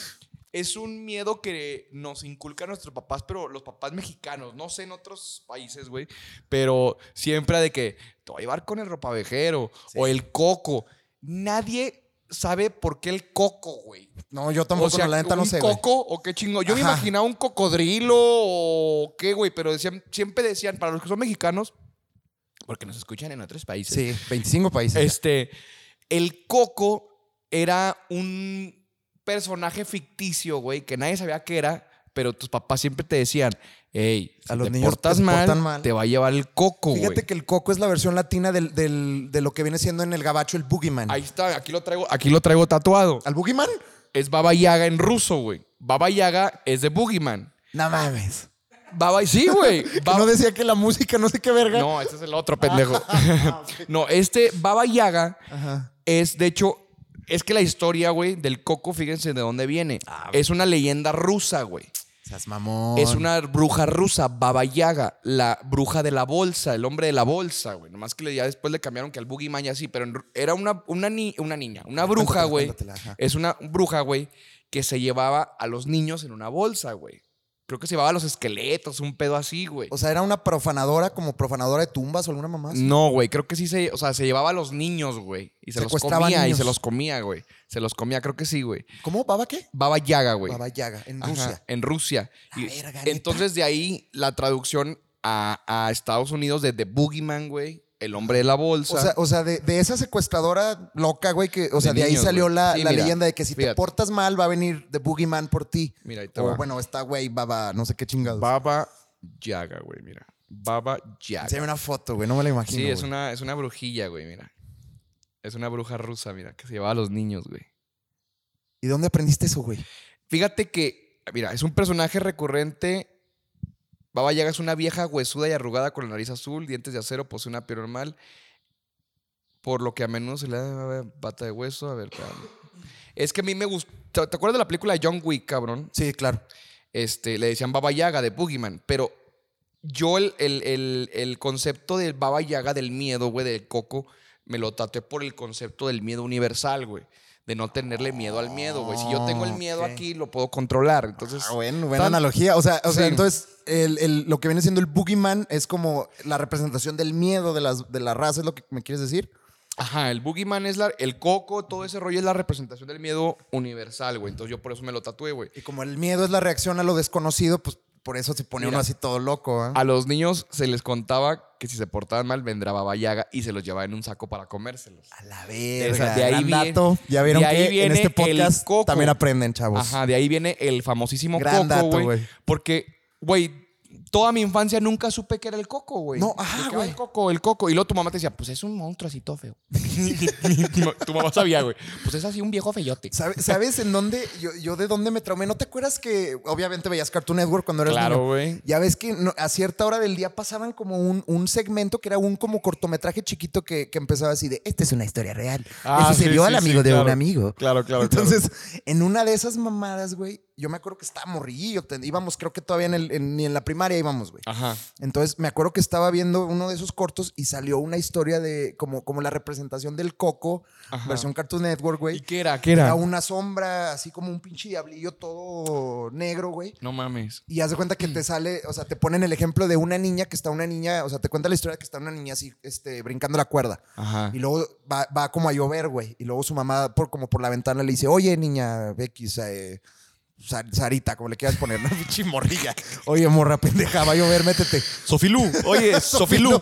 es un miedo que nos inculcan nuestros papás, pero los papás mexicanos, no sé en otros países, güey, pero siempre de que te va a llevar con el ropavejero o el coco. Nadie sabe por qué el coco, güey. No, yo tampoco, o sea, no, la neta no ¿un sé, güey. coco o qué chingo. Yo me Ajá. imaginaba un cocodrilo o qué, güey, pero decían, siempre decían, para los que son mexicanos, porque nos escuchan en otros países, Sí, 25 países. este, el Coco era un personaje ficticio, güey, que nadie sabía qué era, pero tus papás siempre te decían, hey, si A los te niños portas que se mal, portan mal". te va a llevar el Coco, güey. Fíjate que el coco es la versión latina del, del- de lo que viene siendo en el gabacho el boogeyman. Ahí está, aquí lo traigo, aquí lo traigo tatuado. ¿Al boogeyman? Es Baba Yaga en ruso, güey. Baba Yaga es de Boogeyman. No mames. Baba, sí, güey. Que Baba- no decía que la música, no sé qué verga. No, ese es el otro pendejo. Ah, no, este Baba Yaga Ajá. es, de hecho, es que la historia, güey, del coco, fíjense de dónde viene. Ah, es una leyenda rusa, güey. Seas mamón. Es una bruja rusa, Baba Yaga, la bruja de la bolsa, el hombre de la bolsa, güey. Nomás que le- ya después le cambiaron que al Boogeyman y así, pero en ru- era una, una, ni- una niña, una bruja, cuéntatela, güey. cuéntatela, ajá. Es una bruja, güey, que se llevaba a los niños en una bolsa, güey. Creo que se llevaba a los esqueletos, un pedo así, güey. O sea, era una profanadora como profanadora de tumbas o alguna mamá. así. No, güey, creo que sí se, o sea, se llevaba a los niños, güey, y se los Secuestraba comía y niños. se los comía, güey. Se los comía, creo que sí, güey. ¿Cómo? ¿Baba qué? Baba Yaga, güey. Baba Yaga, en Ajá, Rusia. En Rusia. Y verga, neta. entonces de ahí la traducción a, a Estados Unidos de The Boogeyman, güey, el hombre de la bolsa. O sea, o sea, de, de esa secuestradora loca, güey, que, o sea, de, niños, ahí salió güey. la, Sí, la mira, leyenda de que si fíjate. te portas mal va a venir The Boogeyman por ti. Mira, ahí te va. O bueno, pues. esta güey, baba, no sé qué chingados. Baba Yaga, güey, mira. Baba Yaga. Se ve una foto, güey, no me la imagino. Sí, es güey. una, es una brujilla, güey, mira. Es una bruja rusa, mira, que se llevaba a los niños, güey. ¿Y dónde aprendiste eso, güey? Fíjate que, mira, es un personaje recurrente. Baba Yaga es una vieja huesuda y arrugada con la nariz azul, dientes de acero, posee una piel normal. Por lo que a menudo se le da pata de hueso. A ver, espérame. Es que a mí me gusta. ¿Te acuerdas de la película de John Wick, cabrón? Sí, claro. Este, le decían Baba Yaga de Boogeyman, pero yo el, el- el- el concepto del Baba Yaga del miedo, güey, del coco, me lo tatué por el concepto del miedo universal, güey. De no tenerle miedo al miedo, güey. Si yo tengo el miedo Ah, Ok. aquí, lo puedo controlar. Entonces, Ah, bueno, buena tan- analogía. O sea, o sea Sí. entonces el- el- lo que viene siendo el boogeyman es como la representación del miedo de, las, de la raza, es lo que me quieres decir. Ajá, el Boogeyman es la, el coco, todo ese rollo es la representación del miedo universal, güey. Entonces yo por eso me lo tatué, güey. Y como el miedo es la reacción a lo desconocido, pues por eso se pone Mira. uno así todo loco. ¿eh? A los niños se les contaba que si se portaban mal vendrá Baba Yaga y se los llevaba en un saco para comérselos. A la O sea, verga. de ahí gran viene- dato. Ya vieron de ahí que en viene este el podcast coco. también aprenden, chavos. Ajá, de ahí viene el famosísimo Gran coco, dato, güey. güey. Porque, güey, toda mi infancia nunca supe que era el coco, güey. No, ajá, De que, güey. "Ay, El coco, el coco. Y luego tu mamá te decía, pues es un monstruo así todo feo. tu mamá sabía, güey. Pues es así un viejo feyote. ¿Sabe- ¿Sabes en dónde? Yo, yo de dónde me traumé. ¿No te acuerdas que obviamente veías Cartoon Network cuando eras Claro, niño? güey. Ya ves que no- a cierta hora del día pasaban como un, un segmento que era un como cortometraje chiquito que, que empezaba así de, esta es una historia real. Ah, Eso se sí, vio sí, al sí, amigo de un claro. amigo. Claro, claro. Entonces, en una de esas mamadas, güey, yo me acuerdo que estaba morrillo. ten- íbamos, creo que todavía en el- en- ni en la primaria íbamos, güey. claro. Ajá. Entonces, me acuerdo que estaba viendo uno de esos cortos y salió una historia de como, como la representación del coco, Ajá. versión Cartoon Network, güey. ¿Y qué era? ¿Qué Era era? una sombra, así como un pinche diablillo todo negro, güey. No mames. Y haz de cuenta que te sale, o sea, te ponen el ejemplo de una niña que está una niña, o sea, te cuenta la historia de que está una niña así, este, brincando la cuerda. Ajá. Y luego va, va como a llover, güey. Y luego su mamá, por, como por la ventana, le dice, oye, niña Becky, Sa- eh, Sa- Sarita, como le quieras poner, ¿no? Pinche morrilla. Oye, morra pendeja, va a llover, métete. Sofilú. Oye, Sofilú.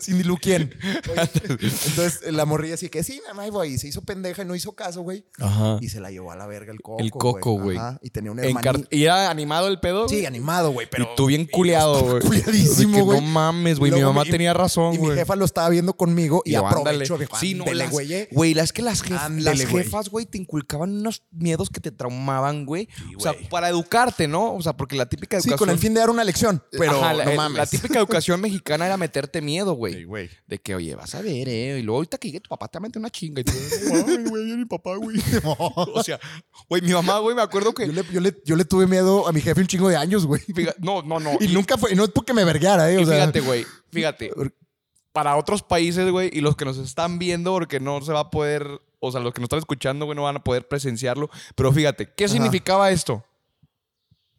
Sin ni quién. Entonces, eh, la morrilla así que, sí, mamá, ahí voy. Y se hizo pendeja y no hizo caso, güey. Ajá. Y se la llevó a la verga el coco. El coco, güey. Ajá. Y tenía un En hermanito. car- ¿Y era animado el pedo? Sí, animado, güey, pero. y tú bien culeado, güey. culiadísimo, De que güey. No mames, güey. Y Mi luego mamá mi- tenía razón, Y mi güey. jefa lo estaba viendo conmigo y, Y yo, aprovechó. ándale. Dijo, Sí, no, "Ándale, las- güey, eh". Güey, las que las, jef- Ándale, las güey. jefas, güey, te inculcaban unos miedos que te traumaban, güey. o sea, güey. para educarte, ¿no? O sea, porque la típica Sí, educación. con el fin de dar una lección. Pero Ajá, la, no eh, mames. la típica educación mexicana era meterte miedo, güey. Sí, güey. De que, oye, vas a ver, ¿eh? Y luego ahorita que llegue tu papá te va a meter una chinga. Y tú, Ay, güey, yo ni papá, güey. o sea, güey, mi mamá, güey, me acuerdo Yo que. le, yo, le, yo le tuve miedo a mi jefe un chingo de años, güey. Fíjate, no, no, no. Y nunca fue, no es porque me vergueara, eh. Y o sea, fíjate, güey, fíjate. Para otros países, güey, y los que nos están viendo, porque no se va a poder, o sea, los que nos están escuchando, güey, no van a poder presenciarlo. Pero fíjate, ¿qué Ajá. significaba esto?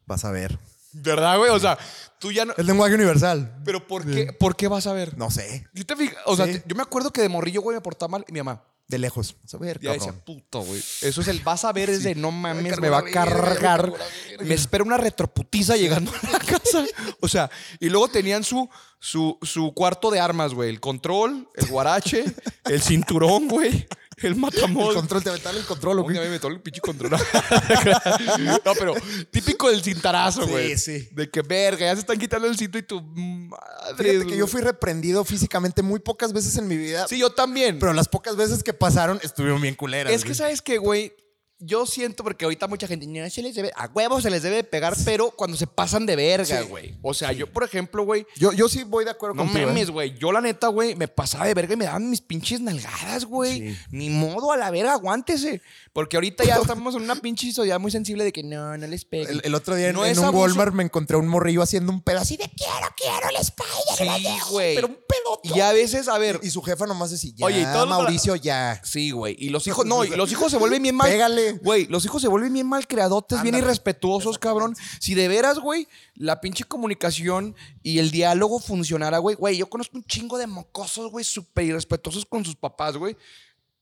Vas a ver. ¿Verdad, güey? O sea, tú ya no. El lenguaje universal. Pero ¿por qué, ¿por qué vas a ver? No sé. Yo te fija- o sea, Sí. te- yo me acuerdo que de morrillo, güey, me portaba mal y mi mamá. De lejos. Vas a ver, Ya decía, cabrón. puto, güey. Eso es el vas a ver, es de no mames, cargar me va a la verga, cargar. voy a cargar Me espera una retroputiza llegando a la casa. O sea, y luego tenían su, su, su cuarto de armas, güey. El control, el guarache, el cinturón, güey. El El matamol. control, te aventaron el control, Un día güey. me metió el pinche control. no, pero típico del cintarazo, Sí, güey. sí. De que verga, ya se están quitando el cinto y tu madre. Fíjate que güey. yo fui reprendido físicamente muy pocas veces en mi vida. Sí, yo también. Pero las pocas veces que pasaron estuvieron bien culeras. Es que güey. sabes que, güey, yo siento porque ahorita mucha gente "No, se les debe, a huevos se les debe de pegar, pero cuando se pasan de verga, Sí. güey. O sea, yo por ejemplo, güey, Yo, yo sí voy de acuerdo no contigo. ¿eh? mames, güey, yo la neta, güey, me pasaba de verga y me daban mis pinches nalgadas, güey. Sí. Ni modo a la verga, aguántese, porque ahorita ya estamos en una pinche sociedad muy sensible de que no, no les peguen. El, el otro día en- No en, es un abuso. Walmart me encontré un morrillo haciendo un pedo así de quiero, quiero el Spider. Sí, la verga", güey. Pero un pedo. y a veces, a ver, Y su jefa nomás decía, ya, Oye, Oye, y todo lo- Mauricio, ya. Sí, güey. Y los hijos, no, y los hijos se vuelven bien mal. Pégale. Güey, los hijos se vuelven bien mal creadotes, bien Ándale. irrespetuosos, cabrón. Si de veras, güey, la pinche comunicación y el diálogo funcionara, güey. Güey, yo conozco un chingo de mocosos, güey, súper irrespetuosos con sus papás, güey.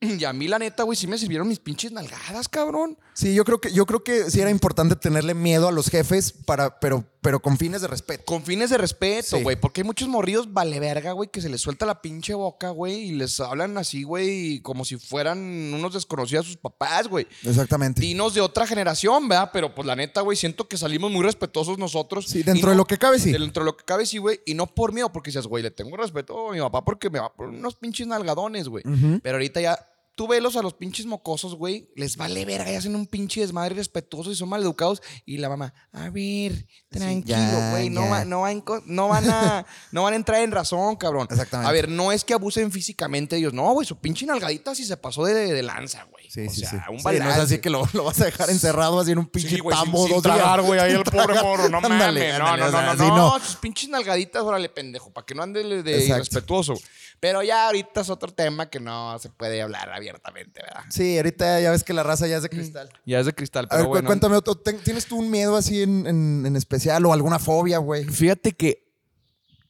Y a mí, la neta, güey, sí me sirvieron mis pinches nalgadas, cabrón. Sí, yo creo que, yo creo que sí era importante tenerle miedo a los jefes, para, pero, pero con fines de respeto. Con fines de respeto, Sí. güey. Porque hay muchos morridos vale verga, güey, que se les suelta la pinche boca, güey. Y les hablan así, güey, como si fueran unos desconocidos a sus papás, güey. Exactamente. dinos de otra generación, ¿verdad? Pero pues la neta, güey, siento que salimos muy respetuosos nosotros. Sí, dentro de lo que cabe, sí. Dentro de lo que cabe, sí, güey. Y no por miedo, porque dices, güey, le tengo respeto a mi papá porque me va a poner unos pinches nalgadones, güey. Pero ahorita ya, tú velos a los pinches mocosos, güey, les vale verga, ya hacen un pinche desmadre irrespetuoso y son maleducados. Y la mamá, a ver, tranquilo, ya, güey, no, ya. va- no, va en co- no van a, no van a entrar en razón, cabrón. Exactamente. A ver, no es que abusen físicamente de ellos, no, güey, su pinche nalgadita sí se pasó de, de lanza, güey. Sí, o sí, sea, sí. un Sí, balance. no es así que lo, lo vas a dejar encerrado así en un pinche Sí, güey, sin, tambo sin dos días. tragar, güey, ahí Sin el pobre tragar. moro. No Ándale, mames, no, ándale, no, o sea, no, sí, no, no, sus pinches nalgaditas, órale, pendejo, para que no ande de- de Exacto. irrespetuoso. Pero ya ahorita es otro tema que no se puede hablar abiertamente, ¿verdad? Sí, ahorita ya ves que la raza ya es de cristal. Ya es de cristal, A pero ver, cu- bueno. cuéntame, otro, ten- ¿tienes tú un miedo así en, en- en especial o alguna fobia, güey? Fíjate que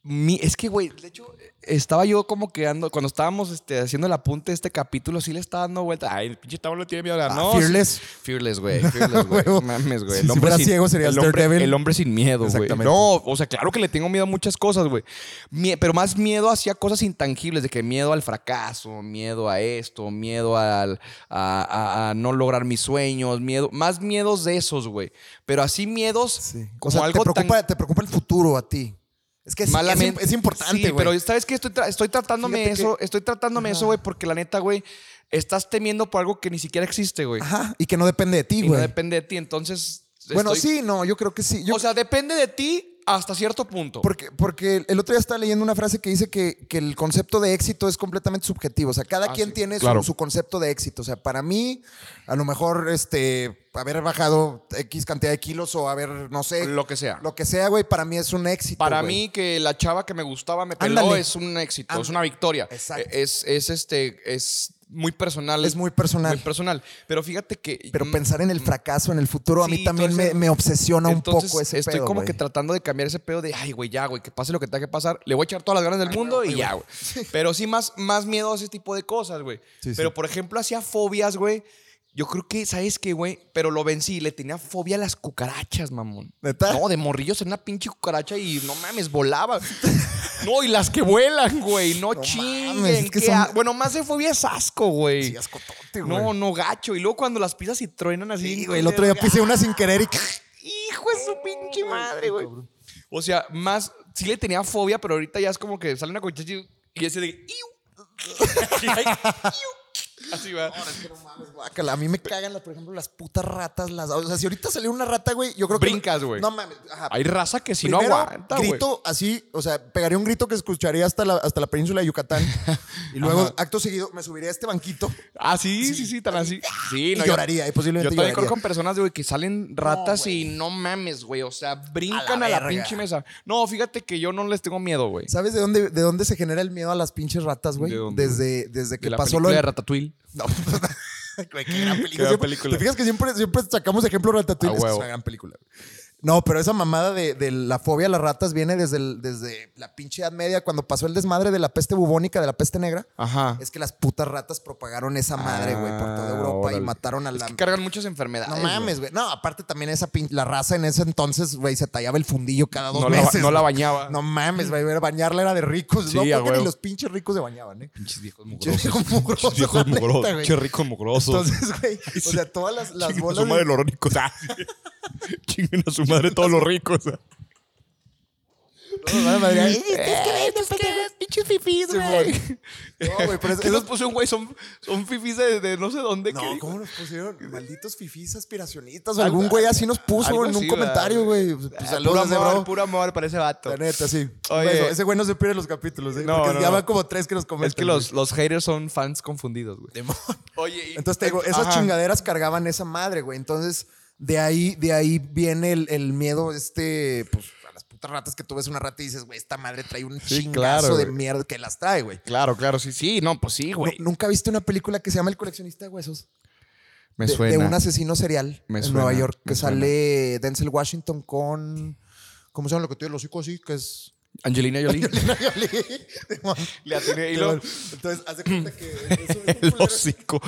mi- es que, güey, de hecho, estaba yo como que ando, cuando estábamos este, haciendo el apunte de este capítulo, sí le estaba dando vuelta. Ay, el pinche Tavo le tiene miedo a la Ah, no, Fearless. sí. Fearless, güey. Fearless, güey. Huevo. Mames, güey. Si- si fuera ciego serías el hombre, Daredevil. el hombre sin miedo, güey. Exactamente. No, o sea, claro que le tengo miedo a muchas cosas, güey. Mie- Pero más miedo hacia cosas intangibles, de que miedo al fracaso, miedo a esto, miedo al, a, a- a no lograr mis sueños, miedo. Más miedos de esos, güey. Pero así miedos Sí. O como sea, algo te tan- preocupa, te preocupa el futuro a ti. Es que sí, es, im- malamente. es importante, Sí, güey. pero sabes que estoy, tra- estoy tratándome Fíjate eso, estoy tratándome Ajá. eso, güey, porque la neta, güey, estás temiendo por algo que ni siquiera existe, güey. Ajá, y que no depende de ti, Y no güey. depende de ti, entonces. bueno, estoy- sí, no, yo creo que sí. Yo- O sea, depende de ti hasta cierto punto. porque, porque el otro día estaba leyendo una frase que dice que, que el concepto de éxito es completamente subjetivo. O sea, cada Ah, quien sí, tiene su- claro. su, concepto de éxito. O sea, para mí, a lo mejor este, haber bajado X cantidad de kilos o haber, no sé, lo, lo que sea. que sea, güey, para mí es un éxito. Para güey. mí, que la chava que me gustaba me peló Ándale. es un éxito, es Ándale. una victoria. Exacto. Eh, Es, es este, es muy personal. es muy personal. muy personal. Pero fíjate que. pero mm, pensar en el fracaso, en el futuro, a mí Sí, también me, entonces- me obsesiona un Entonces, poco ese estoy pedo, como güey. que tratando de cambiar ese pedo de, ay, güey, ya, güey, que pase lo que tenga que pasar, le voy a echar todas las ganas del mundo y ya, güey. Pero sí más, más miedo a ese tipo de cosas, güey. Sí, sí. Pero, por ejemplo, hacía fobias, güey. Yo creo que, ¿sabes qué, güey? Pero lo vencí, le tenía fobia a las cucarachas, mamón. ¿Neta? No, de morrillos en una pinche cucaracha y no mames, volaba. no, y las que vuelan, güey, no, No chinguen. mames, es que qué son- a- Bueno, más de fobia es asco, güey. Sí, ascotote, güey. no, no, gacho. Y luego cuando las pisas y truenan así. Sí, güey, el otro día pisé una sin querer y ¡Ah, Hijo de su pinche madre, güey. O sea, más. Sí le tenía fobia, pero ahorita ya es como que sale una cochacha y y ese de. "Iu". Y ahí, "Iu". Así va. Guácala, a mí me cagan, las- por ejemplo, las putas ratas. Las, o sea, si ahorita salió una rata, güey, yo creo que. Brincas, güey. No mames. ajá. Hay raza que si no Primero, aguanta, güey. Grito así, o sea, pegaría un grito que escucharía hasta la, hasta la península de Yucatán. y luego, Ajá. acto seguido, me subiría a este banquito Ah, sí, sí, sí, tan así. Sí, Ah, y no, yo- lloraría. Y Yo posiblemente también lloraría. creo con personas, güey, que salen ratas güey. y no mames, güey. O sea, brincan A a la la, verga. pinche mesa. No, fíjate que yo no les tengo miedo, güey. ¿Sabes de dónde, de dónde se genera el miedo a las pinches ratas, güey? ¿De dónde, Desde, desde que De la pasó película lo de del- Ratatouille. No, güey, qué gran película. gran Siempre- película. ¿Te fijas que siempre, siempre sacamos ejemplos A ratatouille? Es que es huevo. una gran película. güey. No, pero esa mamada de, de la fobia a las ratas viene desde, el- desde la pinche Edad Media, cuando pasó el desmadre de la peste bubónica, de la peste negra. Ajá. Es que las putas ratas propagaron esa madre, güey, por toda Ah, Europa y órale. mataron a Es la... que cargan muchas enfermedades. no güey. mames, güey. No, aparte también esa pin- la raza en ese entonces, güey, se tallaba el fundillo cada dos No la ba- meses. no la güey. bañaba. No mames, güey. Bañarla era de ricos. Sí, no a creo que ni huevo. los pinches ricos se bañaban, ¿eh? Pinches viejos Pinches mugrosos. viejos mugrosos, la neta, güey. rico Entonces, güey, o sea, todas las, las bolas. de- los ricos. Ah, Chinguen a su madre todos los ricos. Ah. Todas las madres. Pinches fifís, güey. No, güey, pero es- ¿Qué nos esos. puso pues, un güey? Son, son fifís de, de no sé dónde. ¿qué No, dijo? ¿cómo nos pusieron? Malditos fifís aspiracionistas. o Algún güey así nos puso Algo en un así, comentario, güey. ¿verdad? Pues Ah, saludos, puro amor, bro. puro amor para ese vato. La neta, sí. Oye. Bueno, ese güey no se pierde los capítulos, ¿eh? No, Porque no, ya no. van como tres que nos comentan. Es que los, los haters son fans confundidos, güey. güey. Oye, y- Entonces te digo, esas Ajá. chingaderas cargaban esa madre, güey. Entonces, de ahí, de ahí viene el, el miedo, este, pues, a las putas ratas que tú ves una rata y dices, güey, esta madre trae un Sí, chingazo claro, de güey. mierda que las trae, güey. Claro, claro, sí, sí, no, pues sí, güey. Nu- ¿Nunca viste una película que se llama El coleccionista de huesos? me de, de suena. un asesino serial Me en suena, Nueva York me que suena. sale Denzel Washington con. ¿Cómo se llama lo que tiene el hocico así? Que es. Angelina Jolie. Le atiné y luego- Entonces, haz de cuenta que. Es un, El hocico,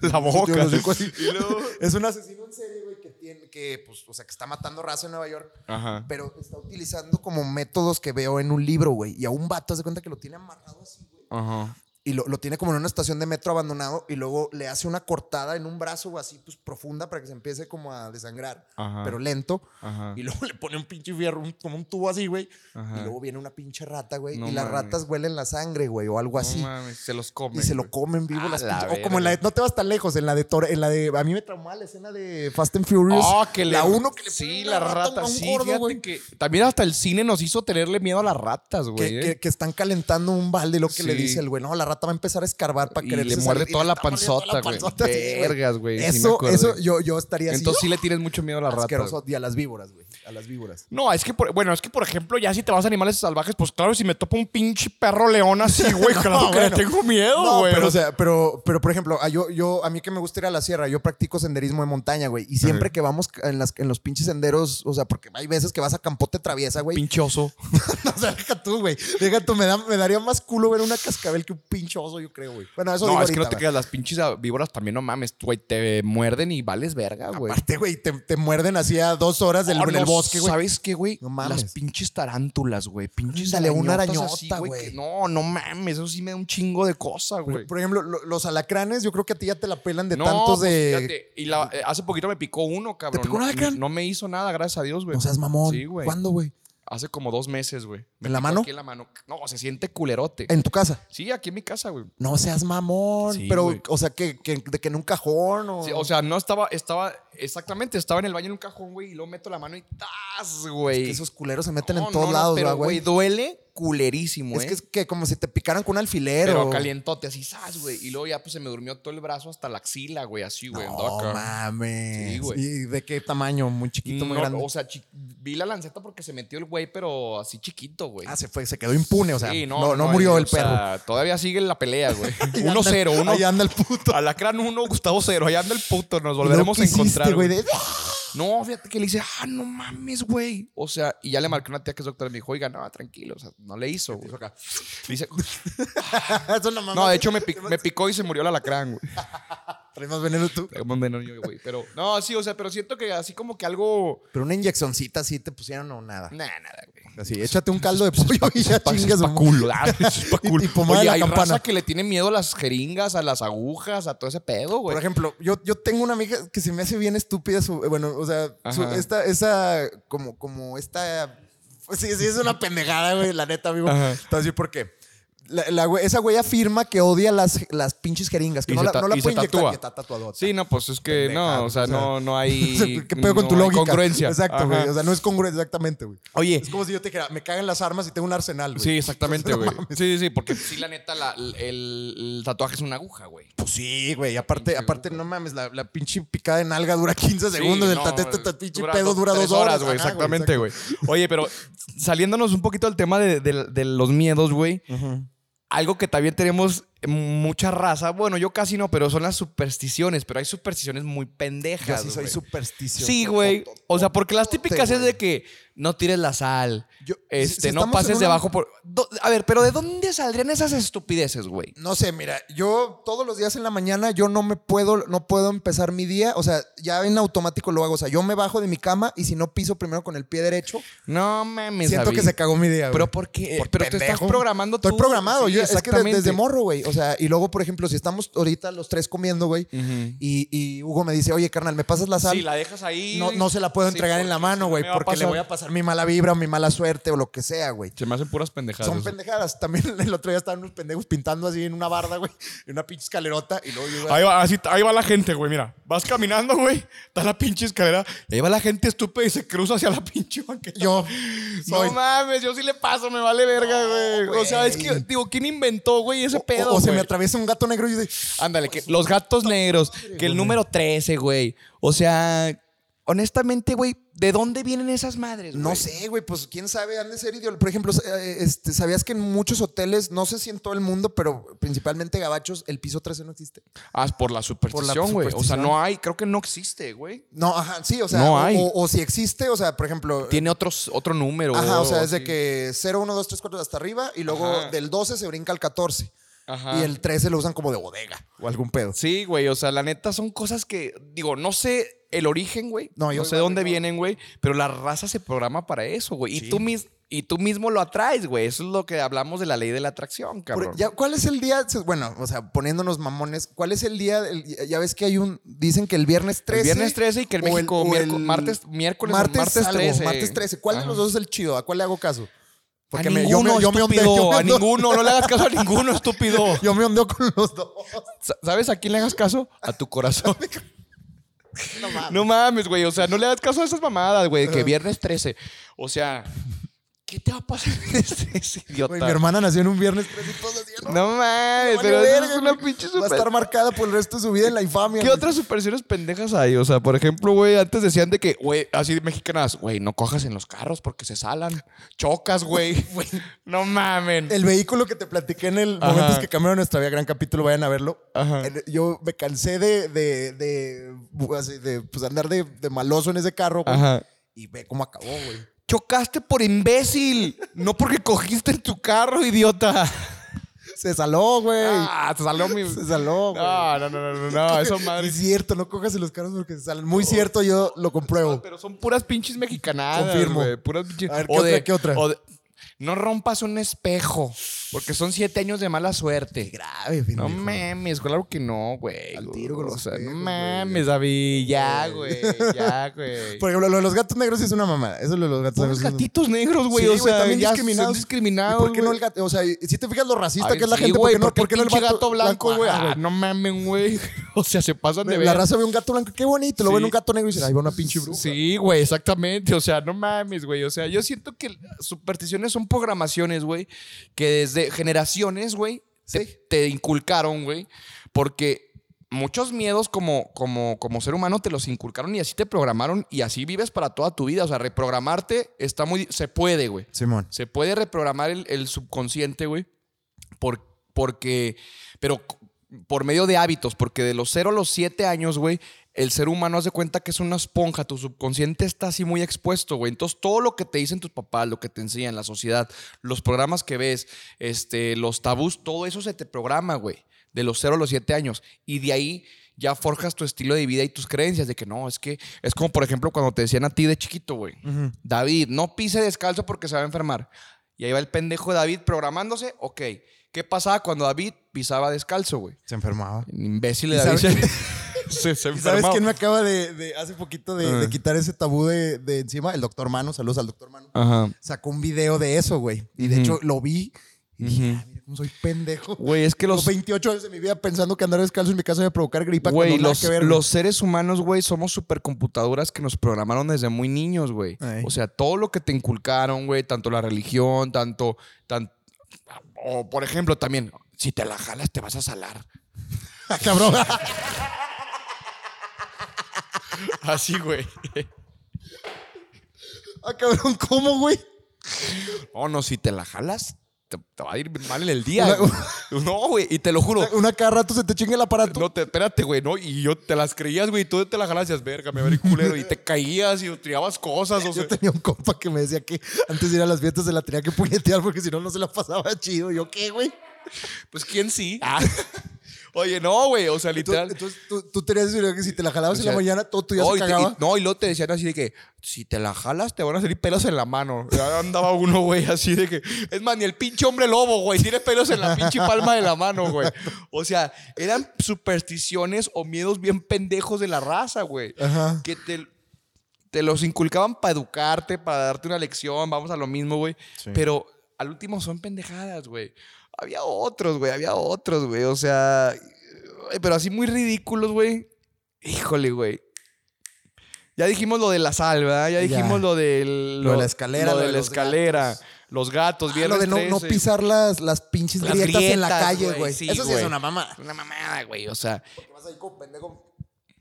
la boca. el hocico así. Y luego- es un asesino en serie, güey, que tiene. Que, pues, o sea, que está matando raza en Nueva York. Ajá. Pero está utilizando como métodos que veo en un libro, güey. Y a un vato, haz de cuenta que lo tiene amarrado así, güey. Ajá. y lo, lo tiene como en una estación de metro abandonado y luego le hace una cortada en un brazo o así, pues profunda para que se empiece como a desangrar, Ajá. pero lento. Ajá. Y luego le pone un pinche fierro, un- como un tubo así, güey. Ajá. Y luego viene una pinche rata, güey. No y las mames. ratas huelen la sangre, güey, o algo así. No mames, se los comen. y se lo güey. comen vivo A las la pinches- O como en la verga. de, no te vas tan lejos, en la de Tor- en la de. A mí me traumó la escena de Fast and Furious. Ah, que le- la uno que le Sí, ponen la una rata, a un sí, gordo, fíjate güey. que también hasta el cine nos hizo tenerle miedo a las ratas, Que, güey. ¿eh? que- que están calentando un balde y lo que le Sí. dice el güey, no, la rata va a empezar a escarbar para Y quererse le muerde salir. Y toda le la está mordiendo toda la panzota, güey. panzota, sí, Vergas, güey, sí me Eso, acuerdo. eso yo, yo estaría Entonces así. ¡ah! sí le tienes mucho miedo a las ratas. asqueroso y a las víboras, güey. a las víboras. No, es que, por- bueno, es que, por ejemplo, ya si te vas a animales salvajes, pues claro, si me topo un pinche perro león así, güey, claro que le bueno. tengo miedo, No, güey. pero, o sea, pero, pero, por ejemplo, a, yo, yo, a mí que me gusta ir a la sierra, yo practico senderismo de montaña, güey. Y siempre que vamos en, las, en los pinches senderos, o sea, porque hay veces que vas a campote traviesa, güey. pinche oso. No, o sea, deja tú, güey. Deja tú, me, da- me daría más culo ver una cascabel que un pinche oso, yo creo, güey. Bueno, eso No, digo es que no ahorita, te va. creas, las pinches víboras también, no mames, güey, te muerden y vales verga, güey. Aparte, güey, te, te muerden así a dos horas del, Ah, en el no, bosque, güey. ¿Sabes qué, güey? No mames. Las pinches tarántulas, güey. Pinches Ándale, una arañotas así, arañota, que güey. No, no mames, eso sí me da un chingo de cosa, güey. Por ejemplo, lo- los alacranes, yo creo que a ti ya te la pelan de no, tantos pues, de. fíjate, y la- eh, hace poquito me picó uno, cabrón. picó un no, alacrán? no me hizo nada, gracias a Dios, güey. No seas mamón. Sí, güey. ¿Cuándo, güey? Hace como dos meses, güey. Me ¿En la picó mano? aquí en la mano. No, se siente culerote. En tu casa. Sí, aquí en mi casa, güey. No seas mamón. Sí, pero, güey. o sea, que, que- de que en un cajón o. Sí, o sea, no estaba, estaba, exactamente, estaba en el baño en un cajón, güey, y luego meto la mano y ¡tas, güey! que esos culeros se meten No, en todos no, no, lados, pero, ¿verdad, güey. duele culerísimo, Es ¿eh? que es que como si te picaran con un alfiler pero o- calientote, así, ¡zas, güey! Y luego ya, pues, se me durmió todo el brazo hasta la axila, güey, así, güey. andaba No acá. mames. Sí, güey. ¿Y de qué tamaño? Muy chiquito, muy No, grande. O sea, chi- vi la lanceta porque se metió el güey, pero así chiquito, güey. ah, se fue, se quedó impune, o sea, Sí, no, no, murió eh, el o perro. sea, todavía sigue la pelea, güey. Ahí anda- 1-0, uno Ahí anda el puto. Alacrán 1, Gustavo 0. Allá anda el puto. Nos volveremos ¿Qué a hiciste, encontrar. güey? güey. De- No, fíjate que le dice, ah, no mames, güey. O sea, y ya le marqué una tía que es doctora y me dijo, oiga, no, tranquilo. O sea, no le hizo, güey. Dice, Eso no mames. no, de hecho me, pic- me picó y se murió el alacrán, güey. Traes más veneno tú. Traemos veneno yo, güey. Pero, no, sí, o sea, pero siento que así como que algo. Pero una inyeccioncita así te pusieron o nada. Nada, nada, güey. Así, échate un caldo de pollo y ya Mm. Pa- es chingas. pa' culo, ah, es pa' Y- culo. y pomada de Oye, la hay campana. raza que le tiene miedo a las jeringas, a las agujas, a todo ese pedo, Por güey. ejemplo, yo, yo tengo una amiga que se me hace bien estúpida su, eh, bueno, o sea, su- Ajá. esta, esa, como, como esta, pues sí, sí, es una pendejada, güey, la neta, amigo. Ajá. Entonces, decir por qué? La, la güey- esa güey afirma que odia las, las pinches jeringas, que Y no se la, ta- no la y se puede inyectar. tatúa. y está tatuadota. Sí, no, pues es que Pendeja, no, o sea, o sea, no, no O sea, hay. ¿Qué pedo con tu no hay lógica? Congruencia. Exacto, Ajá. güey. O sea, no es congruente, exactamente, güey. Oye. Es como si yo te dijera, me cagan las armas y tengo un arsenal, güey. Sí, exactamente, No güey. mames. sí, sí, porque sí, la neta, la- el, el tatuaje es una aguja, güey. Pues sí, güey. y Aparte, Pinche aparte, aguja. no mames, la, la pinche picada de nalga dura 15 segundos. Sí, el no, tatete, ta- pinche dura pedo dos, dura tres dos horas. güey. Ajá, Exactamente, güey. Oye, pero saliéndonos un poquito del tema de, de- de los miedos, güey. Algo que también tenemos mucha raza. Bueno, yo casi no, pero son las supersticiones. Pero hay supersticiones muy pendejas. Yo sí soy güey. supersticioso. Sí, güey. O sea, porque las típicas es de que no tires la sal, Yo- si- este, si no estamos en pases una- debajo por. Do- A ver, pero ¿de dónde saldrían esas estupideces, güey? No sé, mira, yo todos los días en la mañana yo no me puedo, no puedo empezar mi día. O sea, ya en automático lo hago. O sea, yo me bajo de mi cama y si no piso primero con el pie derecho, No mames. siento David. que se cagó mi día. güey. Pero porque Por eh, pero te estás pendejo. programando Estoy tú. programado, Sí, yo, es que de- exactamente. desde morro, güey. O sea, y luego, por ejemplo, si estamos ahorita los tres comiendo, güey, Ujú. y, y Hugo me dice, oye, carnal, ¿me pasas la sal? Sí, la dejas ahí. no, no se la puedo Sí, entregar en la porque mano, si güey, no me va porque le pasar. voy a pasar mi mala vibra o mi mala suerte o lo que sea, güey. Se me hacen puras pendejadas. Son pendejadas. También el otro día estaban unos pendejos pintando así en una barda, güey, en una pinche escalerota y luego yo, güey, Ahí va, así- ahí va la gente, güey, mira. Vas caminando, güey. Está la pinche escalera. y ahí va la gente estúpida y se cruza hacia la pinche banqueta. yo soy. No mames, yo sí le paso, me vale verga, güey. o sea, es que, güey. digo, ¿quién inventó, güey, ese o- pedo? o, se me güey? atraviesa un gato negro y yo de- Ándale, que los gatos negros, que el número 13, güey. O sea, honestamente, güey, ¿de dónde vienen esas madres, güey? No sé, güey, pues quién sabe, han de ser idiol. Por ejemplo, eh, este, ¿sabías que en muchos hoteles, no sé si en todo el mundo, pero principalmente gabachos, el piso 13 no existe? Ah, por la superstición, güey. O sea, superstición. no hay, creo que no existe, güey. No, ajá, sí, o sea, No o- hay. O, o si existe, o sea, por ejemplo, eh, Tiene otros, otro número. ajá, o sea, es de así. que 0, 1, 2, 3, 4 hasta arriba y luego Ajá. del 12 se brinca al 14 Ajá. y el 13 lo usan como de bodega o algún pedo. Sí, güey, o sea, la neta son cosas que, digo, no sé el origen, güey. No, No, yo no sé igual, dónde igual. vienen, güey, pero la raza se programa para eso, güey. Sí. Y, tú mis- y tú mismo lo atraes, güey. Eso es lo que hablamos de la ley de la atracción, Por- cabrón. ya, ¿Cuál es el día? Bueno, o sea, poniéndonos mamones, ¿cuál es el día? del- ya ves que hay un. Dicen que el viernes 13. El viernes 13 y que el o el- México o miércoles- el- martes, miércoles, o martes, martes algo, 13. martes 13. ¿Cuál de Ajá. los dos es el chido? ¿A cuál le hago caso? a me- ninguno, yo me, yo me ondeo, estúpido, yo me a ondeo- ninguno, no le hagas caso a ninguno, estúpido. Yo me ondeo con los dos. Sa- ¿Sabes a quién le hagas caso? A tu corazón. No mames. No mames, güey. O sea, no le hagas caso a esas mamadas, güey. Que viernes 13. O sea, ¿qué te va a pasar este es idiota? Güey, mi hermana nació en un viernes 13 y todos así, ¿no? No mames, Vale pero verga, eso es una güey. pinche Va a super... estar marcada por el resto de su vida en la infamia. ¿Qué güey. otras supersticiones pendejas hay? O sea, por ejemplo, güey, antes decían de que, güey, así de mexicanas, güey, no cojas en los carros porque se salan. Chocas, güey. no mamen. El vehículo que te platiqué en el Ajá. Momentos que cambiaron nuestra vida, gran capítulo, vayan a verlo. Ajá. El- Yo me cansé de, de, de, así de, pues, andar de, de maloso en ese carro, güey. Ajá. Y ve cómo acabó, güey. Chocaste por imbécil, no porque cogiste en tu carro, idiota. Se saló, güey. Ah, te salió mi. Se saló, güey. No, no, no, no, no, no, eso madre. Es cierto, no cojas en los carros porque se salen. Muy cierto, yo lo compruebo. Pero son puras pinches mexicanadas. Confirmo. güey, puras pinches. A ver, ¿qué o otra, de- qué otra? o de- no rompas un espejo, porque son siete años de mala suerte. Grave, No pendejo. mames, claro que no, güey. Al tiro con O los sea, no espejos, güey. mames, David. Ya, güey. Ya, güey. Por ejemplo, lo de los gatos negros sí es una mamada. Eso lo de los gatos Son los negros. es gatitos negros, güey. Sí, o güey, sea, también ya discriminados. son una- ¿Y discriminados. ¿Por qué no güey. el gato? O sea, y- si te fijas lo racista Ay, que es la sí, gente, güey, ¿por qué no, porque por qué no el pinche vato- gato blanco, güey? Ah, Ah, no mamen, güey. O sea, se pasan de ver. La raza ve un gato blanco, qué bonito. Lo Sí. ven un gato negro y dicen, ahí va una pinche bruja. Sí, güey, exactamente. O sea, no mames, güey. O sea, yo siento que las supersticiones son programaciones, güey, que desde generaciones, güey, te, Sí. te inculcaron, güey. Porque muchos miedos como, como, como ser humano te los inculcaron y así te programaron y así vives para toda tu vida. O sea, reprogramarte está muy... Se puede, güey. Simón. Se puede reprogramar el, el subconsciente, güey. Por, porque, pero c- por medio de hábitos, porque de los 0 a los 7 años, güey, el ser humano hace cuenta que es una esponja, tu subconsciente está así muy expuesto, güey. Entonces, todo lo que te dicen tus papás, lo que te enseñan, la sociedad, los programas que ves, este, los tabús, todo eso se te programa, güey, de los 0 a los 7 años. Y de ahí ya forjas tu estilo de vida y tus creencias de que no, es que es como, por ejemplo, cuando te decían a ti de chiquito, güey. David, no pise descalzo porque se va a enfermar. Y ahí va el pendejo David programándose. Ok, ¿qué pasaba cuando David pisaba descalzo, güey? Se enfermaba. El Imbécil ¿Y de David. sabes- se- se, se ¿Y sabes enfermaba. quién me acaba de, de- hace poquito de, Ah. de quitar ese tabú de, de encima? El doctor Mano, saludos al doctor Mano. Ajá. Sacó un video de eso, güey. Y de Ujú. hecho lo vi y dije, Ujú. "Ah, mira cómo soy pendejo. Güey, es que Los los. 28 años de mi vida pensando que andar descalzo en mi casa iba a provocar gripa. Güey, cuando nada los, que ver, los seres humanos, güey, somos supercomputadoras que nos programaron desde muy niños, güey. Ey. O sea, todo lo que te inculcaron, güey, tanto la religión, tanto. tan- o, por ejemplo, también, si te la jalas, te vas a salar. Ah, cabrón. Así, güey. Ah, cabrón, ¿cómo, güey? Oh, no, si te la jalas, te, te va a ir mal en el día. Una- güey. no, güey, y te lo juro. Una cada rato se te chinga el aparato. No, te, espérate, güey, no. Y yo te las creías, güey, y tú te las jalas y decías, verga, me veré culero. Y te caías y tirabas cosas, o sea. Yo tenía un compa que me decía que antes de ir a las fiestas se la tenía que puñetear porque si no, no se la pasaba chido. Yo, ¿qué, güey? Pues quién sí. Oye, no, güey, o sea, Ah. Tú- literal. Entonces, tú, tú tenías esa idea que si te la jalabas O en sea, la mañana, todo tu día no, se y te- y- cagaba. no, y luego te decían así de que si te la jalas te van a salir pelos en la mano. Ya andaba uno, güey, así de que. Es más, ni el pinche hombre lobo, güey, tiene pelos en la pinche palma de la mano, güey. O sea, eran supersticiones o miedos bien pendejos de la raza, güey. Ajá. Que te, te los inculcaban para educarte, para darte una lección, vamos a lo mismo, güey. Sí. Pero al último son pendejadas, güey. Había otros, güey, había otros, güey. O sea, eh, pero así muy ridículos, güey. Híjole, güey. Ya dijimos lo de la sal, ¿verdad? Ya Ya. dijimos lo del... Lo de la escalera, Lo, lo de, de la los escalera. gatos. Los gatos, Ah, lo viernes de no, no 13. pisar las, las pinches Las grietas, en la grietas, calle, güey, güey. sí, Eso sí güey. es una mamada. Una mamada, güey. O sea, Vas ahí como pendejo.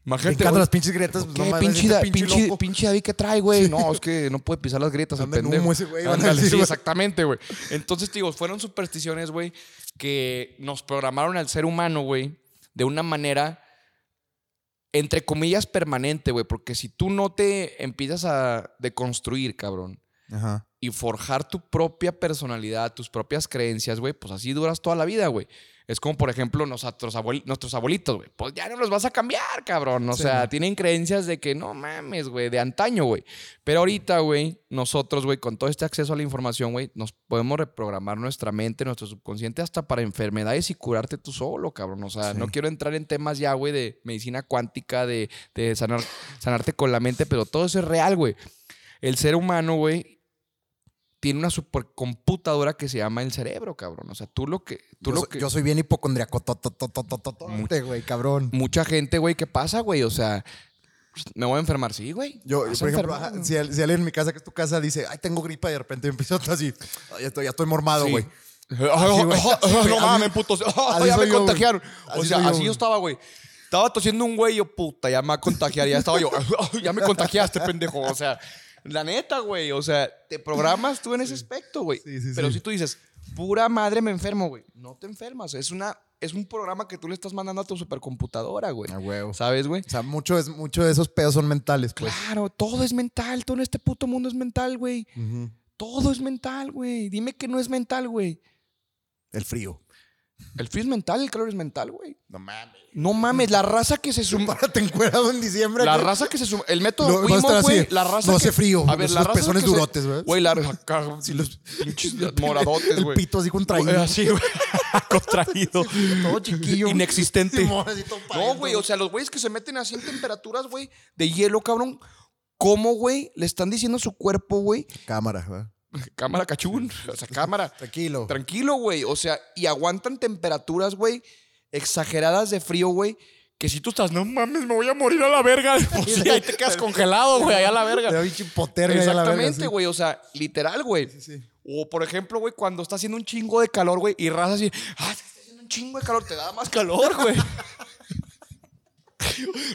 imagínate, Brincando güey. las pinches grietas, pues ¿Qué no mames, pinche, este da- pinche- loco. pinche David que trae, güey? No, es que no puede pisar las grietas, el Anda en pendejo. humo ese güey, van a Ándale, decir, sí, güey. exactamente, güey. Entonces, te digo, fueron supersticiones, güey, que nos programaron al ser humano, güey, de una manera, entre comillas, permanente, güey. Porque si tú no te empiezas a deconstruir, cabrón, Ajá. y forjar tu propia personalidad, tus propias creencias, güey, pues así duras toda la vida, güey. Es como, por ejemplo, nosotros abuel- nuestros abuelitos, güey. Pues ya no los vas a cambiar, cabrón. O Sí. sea, tienen creencias de que no mames, güey, de antaño, güey. Pero ahorita, güey, nosotros, güey, con todo este acceso a la información, güey, nos podemos reprogramar nuestra mente, nuestro subconsciente, hasta para enfermedades y curarte tú solo, cabrón. O sea, Sí. no quiero entrar en temas ya, güey, de medicina cuántica, de, de sanar, sanarte con la mente, pero todo eso es real, güey. El ser humano, güey, tiene una supercomputadora que se llama el cerebro, cabrón. O sea, tú lo que. Tú Yo, lo so- que yo soy bien hipocondriaco. Mucho. güey, cabrón. Mucha gente, güey, ¿qué pasa, güey? O sea, Me voy a enfermar, sí, güey. Yo, Vas a por ejemplo, enfermar, ajá, güey. si, al- si alguien en mi casa, que es tu casa, dice, ay, tengo gripa, y de repente empiezo así, "Ay, ya estoy, ya estoy mormado, Sí. güey. Ay, güey. ay, No Así- mames, putos. así Ya me soy yo, güey. contagiaron. O Así sea, soy yo, así yo güey. estaba, güey. Estaba tosiendo un güey, yo, puta, ya me va a contagiar. Ya estaba yo, "Ay, ya me contagiaste, pendejo. O sea, la neta, güey. O sea, te programas tú en ese aspecto, güey. Sí, sí, Pero sí. si tú dices, pura madre me enfermo, güey. No te enfermas. Es una... Es un programa que tú le estás mandando a tu supercomputadora, Ah, güey. A huevo. ¿Sabes, güey? O sea, mucho, es, mucho de esos pedos son mentales, pues. Claro, todo es mental. Todo en este puto mundo es mental, güey. Ujú. Todo es mental, güey. Dime que no es mental, güey. El frío. El frío es mental, el calor es mental, güey. No mames. No mames, la raza que se suma. Párate encuerado en diciembre. La güey. raza que se suma. El No, método va a estar Wimo, así, güey. La raza. no que- hace frío, A ver, los la raza. pezones que se- durotes, güey. Güey, la acá, Sí, los- pinches moradotes, El güey. pito así contraído. Güey, Así, güey. Contraído. Todo chiquillo. Inexistente. Simón, así todo No, pariendo, güey, o sea, los güeyes que se meten así en temperaturas, güey, de hielo, cabrón. ¿Cómo, güey? Le están diciendo a su cuerpo, güey. Cámara, güey. Cámara, cachún. O sea, cámara. Tranquilo. Tranquilo, güey. O sea, y aguantan temperaturas, güey, exageradas de frío, güey. Que si tú estás, no mames, me voy a morir a la verga. Pues sí, ahí te quedas congelado, güey, allá a la Te da verga. pinche hipotermia ya la verga, Exactamente, sí. güey. O sea, literal, güey. Sí, sí. O por ejemplo, güey, cuando está haciendo un chingo de calor, güey, y raza así, ah, se está haciendo un chingo de calor, te da más calor, güey.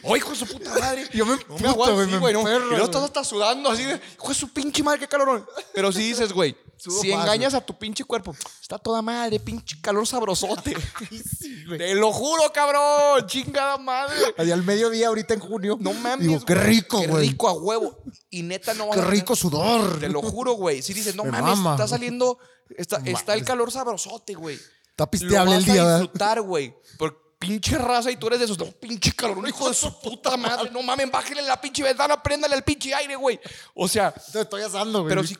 ¡Oh, hijo de su puta madre! Yo me No emputo, aguanto, güey, sí, me güey, no. y emperro, luego estás güey. hasta sudando así de, hijo de su pinche madre, qué calorón. Pero si dices, güey, Sudo si más, engañas a tu pinche cuerpo, está toda madre, pinche calor sabrosote. Te lo juro, cabrón, chingada madre. Allá al mediodía, ahorita en junio. No mames. Digo, qué güey, rico, Qué güey. rico a huevo. Y neta no vas Qué a- rico sudor. Te lo juro, güey. Si dices, no Me mames, mama. está saliendo, está, Mames. está el calor sabrosote, güey. Está Lo pisteable vas el día, a ¿verdad? disfrutar, güey. Por pinche raza y tú eres de esos, no, pinche calor, hijo de su puta madre. No mames, bájale la pinche ventana, préndale el pinche aire, güey. O sea, Te estoy asando, güey. pero sí.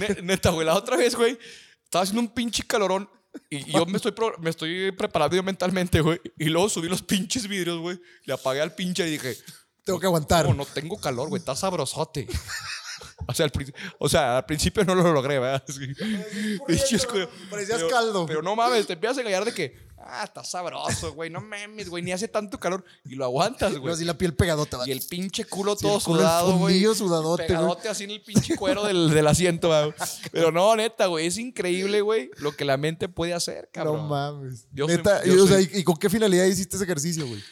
ne- Neta, güey, la otra vez, güey, estaba haciendo un pinche calorón y yo me estoy, pro- me estoy preparando yo mentalmente, güey. Y luego subí los pinches vidrios, güey. Le apagué al pinche y dije, Tengo que aguantar. no, no tengo calor, güey, está sabrosote. O sea, al, prin- o sea, al principio no lo logré, ¿verdad? Sí. Pinches pero cu- parecías pero- caldo. Pero no mames, te empiezas a engañar de que, ah, está sabroso, güey, no mames, güey, ni hace tanto calor. Y lo aguantas, Pero güey. así la piel pegadota. va. Y el pinche culo el todo culo, el sudado, güey. fundillo sudadote, güey. Ah, Pegadote así en el pinche cuero del, del asiento, güey. Pero no, neta, güey, es increíble, güey, lo que la mente puede hacer, No cabrón. mames. Yo Neta, soy- yo y, o sea, soy- ¿y- ¿y con qué finalidad hiciste ese ejercicio, güey?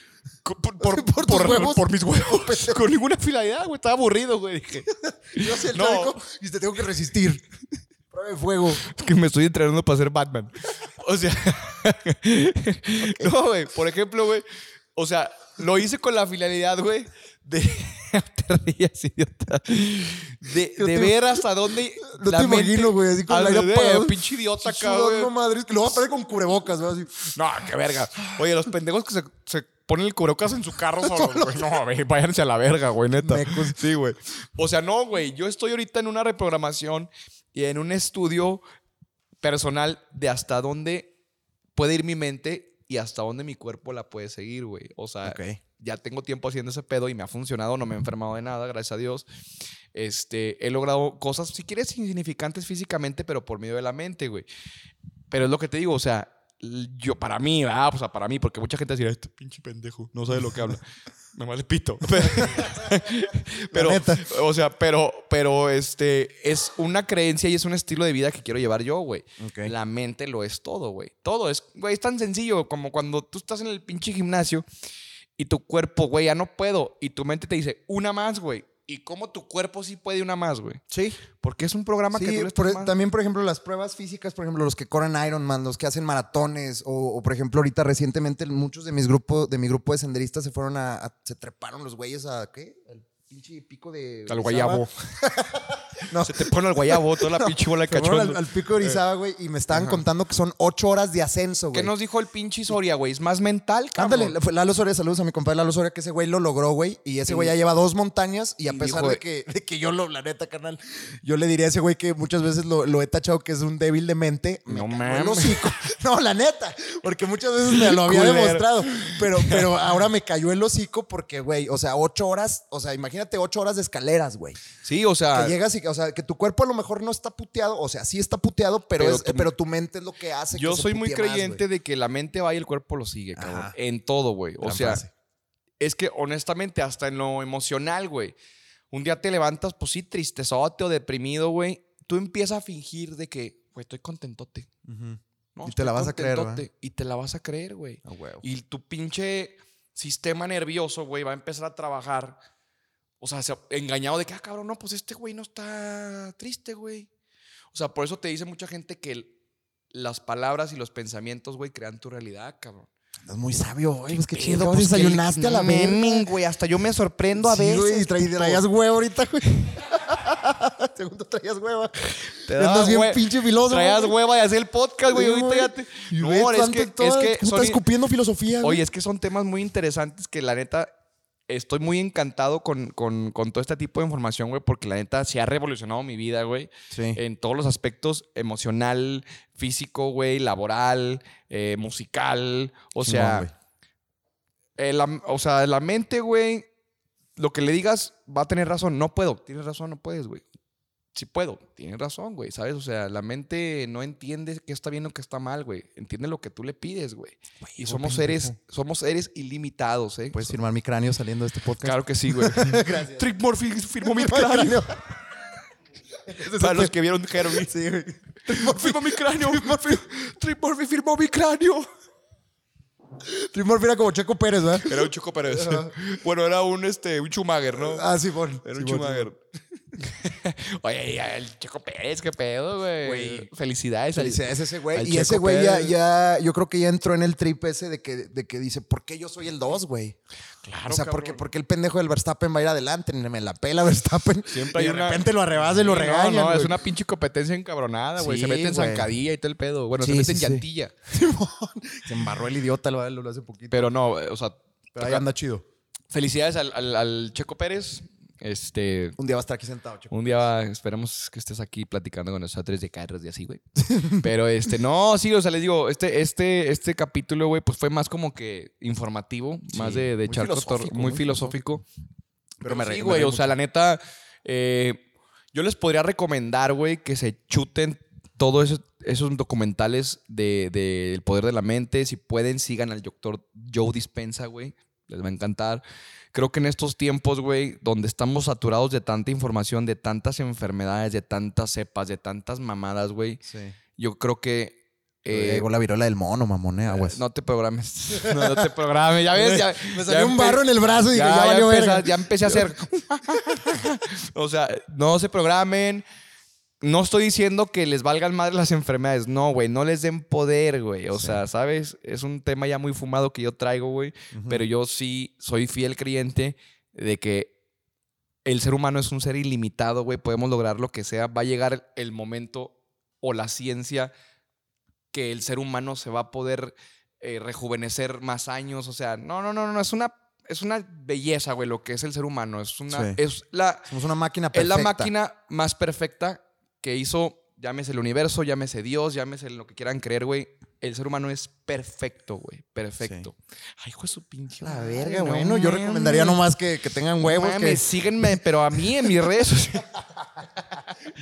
Co- Por, por, Por tus por- huevos. por mis huevos. Con ninguna finalidad, güey. Estaba aburrido, güey. Dije, Yo hacía el No. tráfico y te tengo que resistir. Prueba de fuego. que me estoy entrenando para ser Batman. O sea, no, güey. Por ejemplo, güey, o sea, lo hice con la finalidad, güey, de. te rías, idiota. De, Yo de te- ver hasta dónde. No la te mente- imagino, güey, así con Al el aire bebé, apagado. pinche idiota, acá, Sudando güey. madres, que lo vas a traer con cubrebocas, güey. Así. No, qué verga. Oye, los pendejos que se, se ponen el cubrebocas en su carro solos, güey. No, güey, váyanse a la verga, güey, neta. Mecos. Sí, güey. O sea, no, güey. Yo estoy ahorita en una reprogramación y en un estudio personal de hasta dónde puede ir mi mente y hasta dónde mi cuerpo la puede seguir, güey. O sea, ya tengo tiempo haciendo ese pedo y me ha funcionado, no me he enfermado de nada, gracias a Dios. Este, he logrado cosas, si quieres, insignificantes físicamente, pero por medio de la mente, güey. Pero es lo que te digo, o sea, l- yo para mí, ¿verdad? O sea, para mí, porque mucha gente dirá, este pinche pendejo, no sabe lo que habla. Me vale pito. pero, La neta. o sea, pero, pero este, es una creencia y es un estilo de vida que quiero llevar yo, güey. Ok. La mente lo es todo, güey. Todo es, güey, es tan sencillo como cuando tú estás en el pinche gimnasio y tu cuerpo, güey, ya no puedo. Y tu mente te dice, una más, güey. Y cómo tu cuerpo sí puede una más, güey. Sí. Porque es un programa que este Sí, tú le por- e- estás mandando. también, por ejemplo, las pruebas físicas, por ejemplo, los que corren Ironman, los que hacen maratones, o, o, por ejemplo, ahorita recientemente muchos de mis grupo, de mi grupo de senderistas se fueron a, a- se treparon los güeyes a ¿qué? Al pinche pico de Al guayabo. No. Se te pone al guayabo, toda la pinche bola de Se fueron al, cachondo. al pico de Orizaba, güey, y me estaban contando que son ocho horas de ascenso, ¿Qué güey. nos dijo el pinche Soria, güey? Es más mental, cabrón. Ándale, fue Lalo Soria, saludos a mi compadre Lalo Soria, que ese güey lo logró, güey. Y ese güey ya lleva dos montañas. Y a Y pesar dijo, de, que, de que yo lo, la neta, carnal, yo le diría a ese güey que muchas veces lo, lo he tachado que es un débil de mente. me No cagó el mames. hocico. No, la neta, porque muchas veces me lo había Culero. demostrado. Pero, pero ahora me cayó el hocico porque, güey, o sea, ocho horas, o sea, imagínate ocho horas de escaleras, güey. Sí, o sea, Que llegas y, o sea, que tu cuerpo a lo mejor no está puteado, o sea, sí está puteado, pero, Pero es- tu- pero tu mente es lo que hace que yo se soy muy putee más, creyente güey. de que la mente va y el cuerpo lo sigue, cabrón. Ajá. En todo, güey. O Gran sea, frase. es que honestamente, hasta en lo emocional, güey. Un día te levantas, pues sí, tristezote o deprimido, güey. Tú empiezas a fingir de que, güey, estoy contentote. ¿no? Y te Estoy la vas a creer, contentote. Y te la vas a creer, güey. A huevo. Y tu pinche sistema nervioso, güey, va a empezar a trabajar. O sea, se- engañado de que, ah, cabrón, no, pues este güey no está triste, güey. O sea, por eso te dice mucha gente que el- las palabras y los pensamientos, güey, crean tu realidad, cabrón. Estás muy sabio, güey. Es que Pedo, chido, pues, que le- desayunaste a la no, verga. men, güey. Hasta yo me sorprendo a Sí, veces. güey, y tra- y puto. traías huevo ahorita, güey. Segundo traías hueva. Te Andas daba bien hue- pinche filósofo, Traías güey. hueva y hacer el podcast, güey. Sí, Ahorita güey. ya te. Y No, ves, es tanto que, todo, es que puta, son- escupiendo filosofía. güey. Oye, es que son temas muy interesantes que la neta estoy muy encantado con, con, con todo este tipo de información, güey, porque la neta se ha revolucionado mi vida, güey, Sí. en todos los aspectos emocional, físico, güey, laboral, eh, musical, o Chingón, sea, güey. eh, la, o sea, la mente, güey, lo que le digas va a tener razón. No puedo, tienes razón, no puedes, güey. Sí puedo, tienes razón, güey, ¿sabes? O sea, la mente no entiende qué está bien o qué está mal, güey. Entiende lo que tú le pides, güey. ¿eh? Y Hijo, somos pendejo. seres, somos seres ilimitados, ¿eh? Puedes So- firmar mi cráneo saliendo de este podcast. Claro que sí, güey. Gracias. Trick Murphy firmó mi cráneo. Para los que vieron Herbie. Sí, güey. Firmó mi cráneo. Fir- Trick Murphy firmó mi cráneo. Trimorf era como Checo Pérez, ¿verdad? Era un Choco Pérez. Bueno, era un, este, un Schumacher, ¿no? Ah, Simón. Era un Simón, Schumacher. Oye, y el Checo Pérez, qué pedo, güey. Güey. Felicidades. al- Felicidades a ese al güey. Y Checo ese güey ya, Pérez. ya, yo creo que ya entró en el trip ese de que, de que dice, ¿por qué yo soy el 2, güey? Claro, o sea, porque, cabrón. porque el pendejo del Verstappen va a ir adelante, me la pela Verstappen. Siempre y hay de una- repente lo arrebasa y lo Sí, regaña. No, no, es una pinche competencia encabronada, güey. se Sí, mete en güey. zancadilla y todo el pedo. Bueno, se Sí, mete sí, en sí. llantilla. Se embarró el idiota, lo, lo hace poquito. Pero no, eh, o sea, Pero ahí anda chido. felicidades al, al- al Checo Pérez. Este, Un día va a estar aquí sentado, Checo. un día va- esperemos que estés aquí platicando con nosotros de carros y así, güey. Pero este, no, sí, o sea, les digo, este, este, este capítulo, güey, pues fue más como que informativo, más de, de muy charco filosófico, muy muy filosófico. Pero me sí, reí, me güey, reí o sea, la neta, eh, yo les podría recomendar, güey, que se chuten todos esos, esos documentales de, de El Poder de la Mente. Si pueden, sigan al doctor Joe Dispensa, güey. Les va a encantar. Creo que en estos tiempos, güey, donde estamos saturados de tanta información, de tantas enfermedades, de tantas cepas, de tantas mamadas, güey, Sí. yo creo que... eh, Llegó la virola del mono, mamón, eh, aguas. no te programes. No, no te programes. Ya ves, ya, me ya salió un empe- barro en el brazo y dije, ya, valió empecé, verga. ya empecé a hacer. o sea, no se programen. No estoy diciendo que les valgan madre las enfermedades. No, güey. No les den poder, güey. O Sí. sea, ¿sabes? Es un tema ya muy fumado que yo traigo, güey. Ujú. Pero yo sí soy fiel creyente de que el ser humano es un ser ilimitado, güey. Podemos lograr lo que sea. Va a llegar el momento o la ciencia que el ser humano se va a poder eh, rejuvenecer más años. O sea, no, no, no, no. Es una, es una belleza, güey, lo que es el ser humano. Es, una, Sí. es, la, Somos una máquina es perfecta. la máquina más perfecta que hizo, llámese el universo, llámese Dios, llámese lo que quieran creer, güey. El ser humano es perfecto, güey. Perfecto. Ay, hijo de su pinche. La madre, verga, no bueno, yo mames. recomendaría nomás que, que tengan huevos. Mames, que, síguenme, pero a mí en mis redes sociales.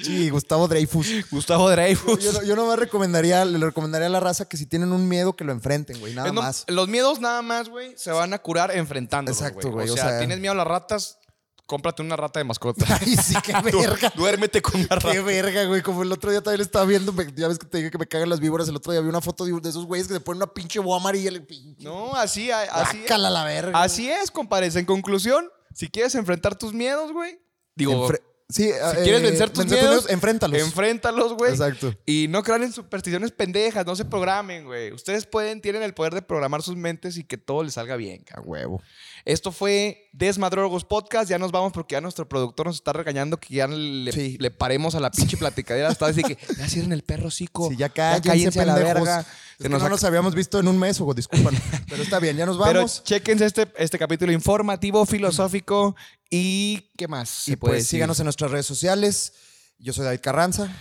sí, Gustavo Dreyfus. Gustavo Dreyfus. Yo, no- yo nomás recomendaría, le recomendaría a la raza que si tienen un miedo que lo enfrenten, güey, nada Es no- más. Los miedos nada más, güey, se van a curar enfrentándolos, Exacto, güey. güey, O, o sea, sea- tienes miedo a las ratas, cómprate una rata de mascota. Ay, sí, qué Du- verga. Duérmete con una Qué rata. verga, güey. Como el otro día también estaba viendo, me- ya ves que te dije que me cagan las víboras. El otro día vi una foto de, un- de esos güeyes que se ponen una pinche boa amarilla. Le pinche. No, así, a- así es. Ah, Guácala la verga. Así es, compadre. En conclusión, si quieres enfrentar tus miedos, güey, digo, Enfre- sí, ah, eh, si quieres vencer tus miedos, enfréntalos. enfréntalos, güey. Exacto. Y no crean en supersticiones pendejas, no se programen, güey. Ustedes pueden, tienen el poder de programar sus mentes y que todo les salga bien, cabrón. A huevo. Esto fue Desmadrogos Podcast. Ya nos vamos porque ya nuestro productor nos está regañando que ya le, Sí. le paremos a la pinche platicadera. Hasta decir que ya cierren el perro, hocico. Sí, ya cállense, a la pendejos. verga. Es Se que nos no ac- nos habíamos visto en un mes, Hugo, disculpan. pero está bien, ya nos Pero vamos. chequense este, este capítulo informativo, filosófico y ¿qué más? se y puede pues decir? síganos en nuestras redes sociales. Yo soy David Carranza.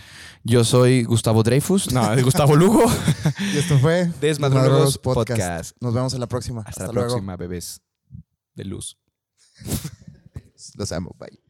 Yo soy Gustavo Dreyfus. No, Gustavo Lugo. Y esto fue Desmadrogados Desmadrogados Podcast. Podcast. Nos vemos en la próxima. Hasta, la luego. próxima, bebés de luz. Los amo. Bye.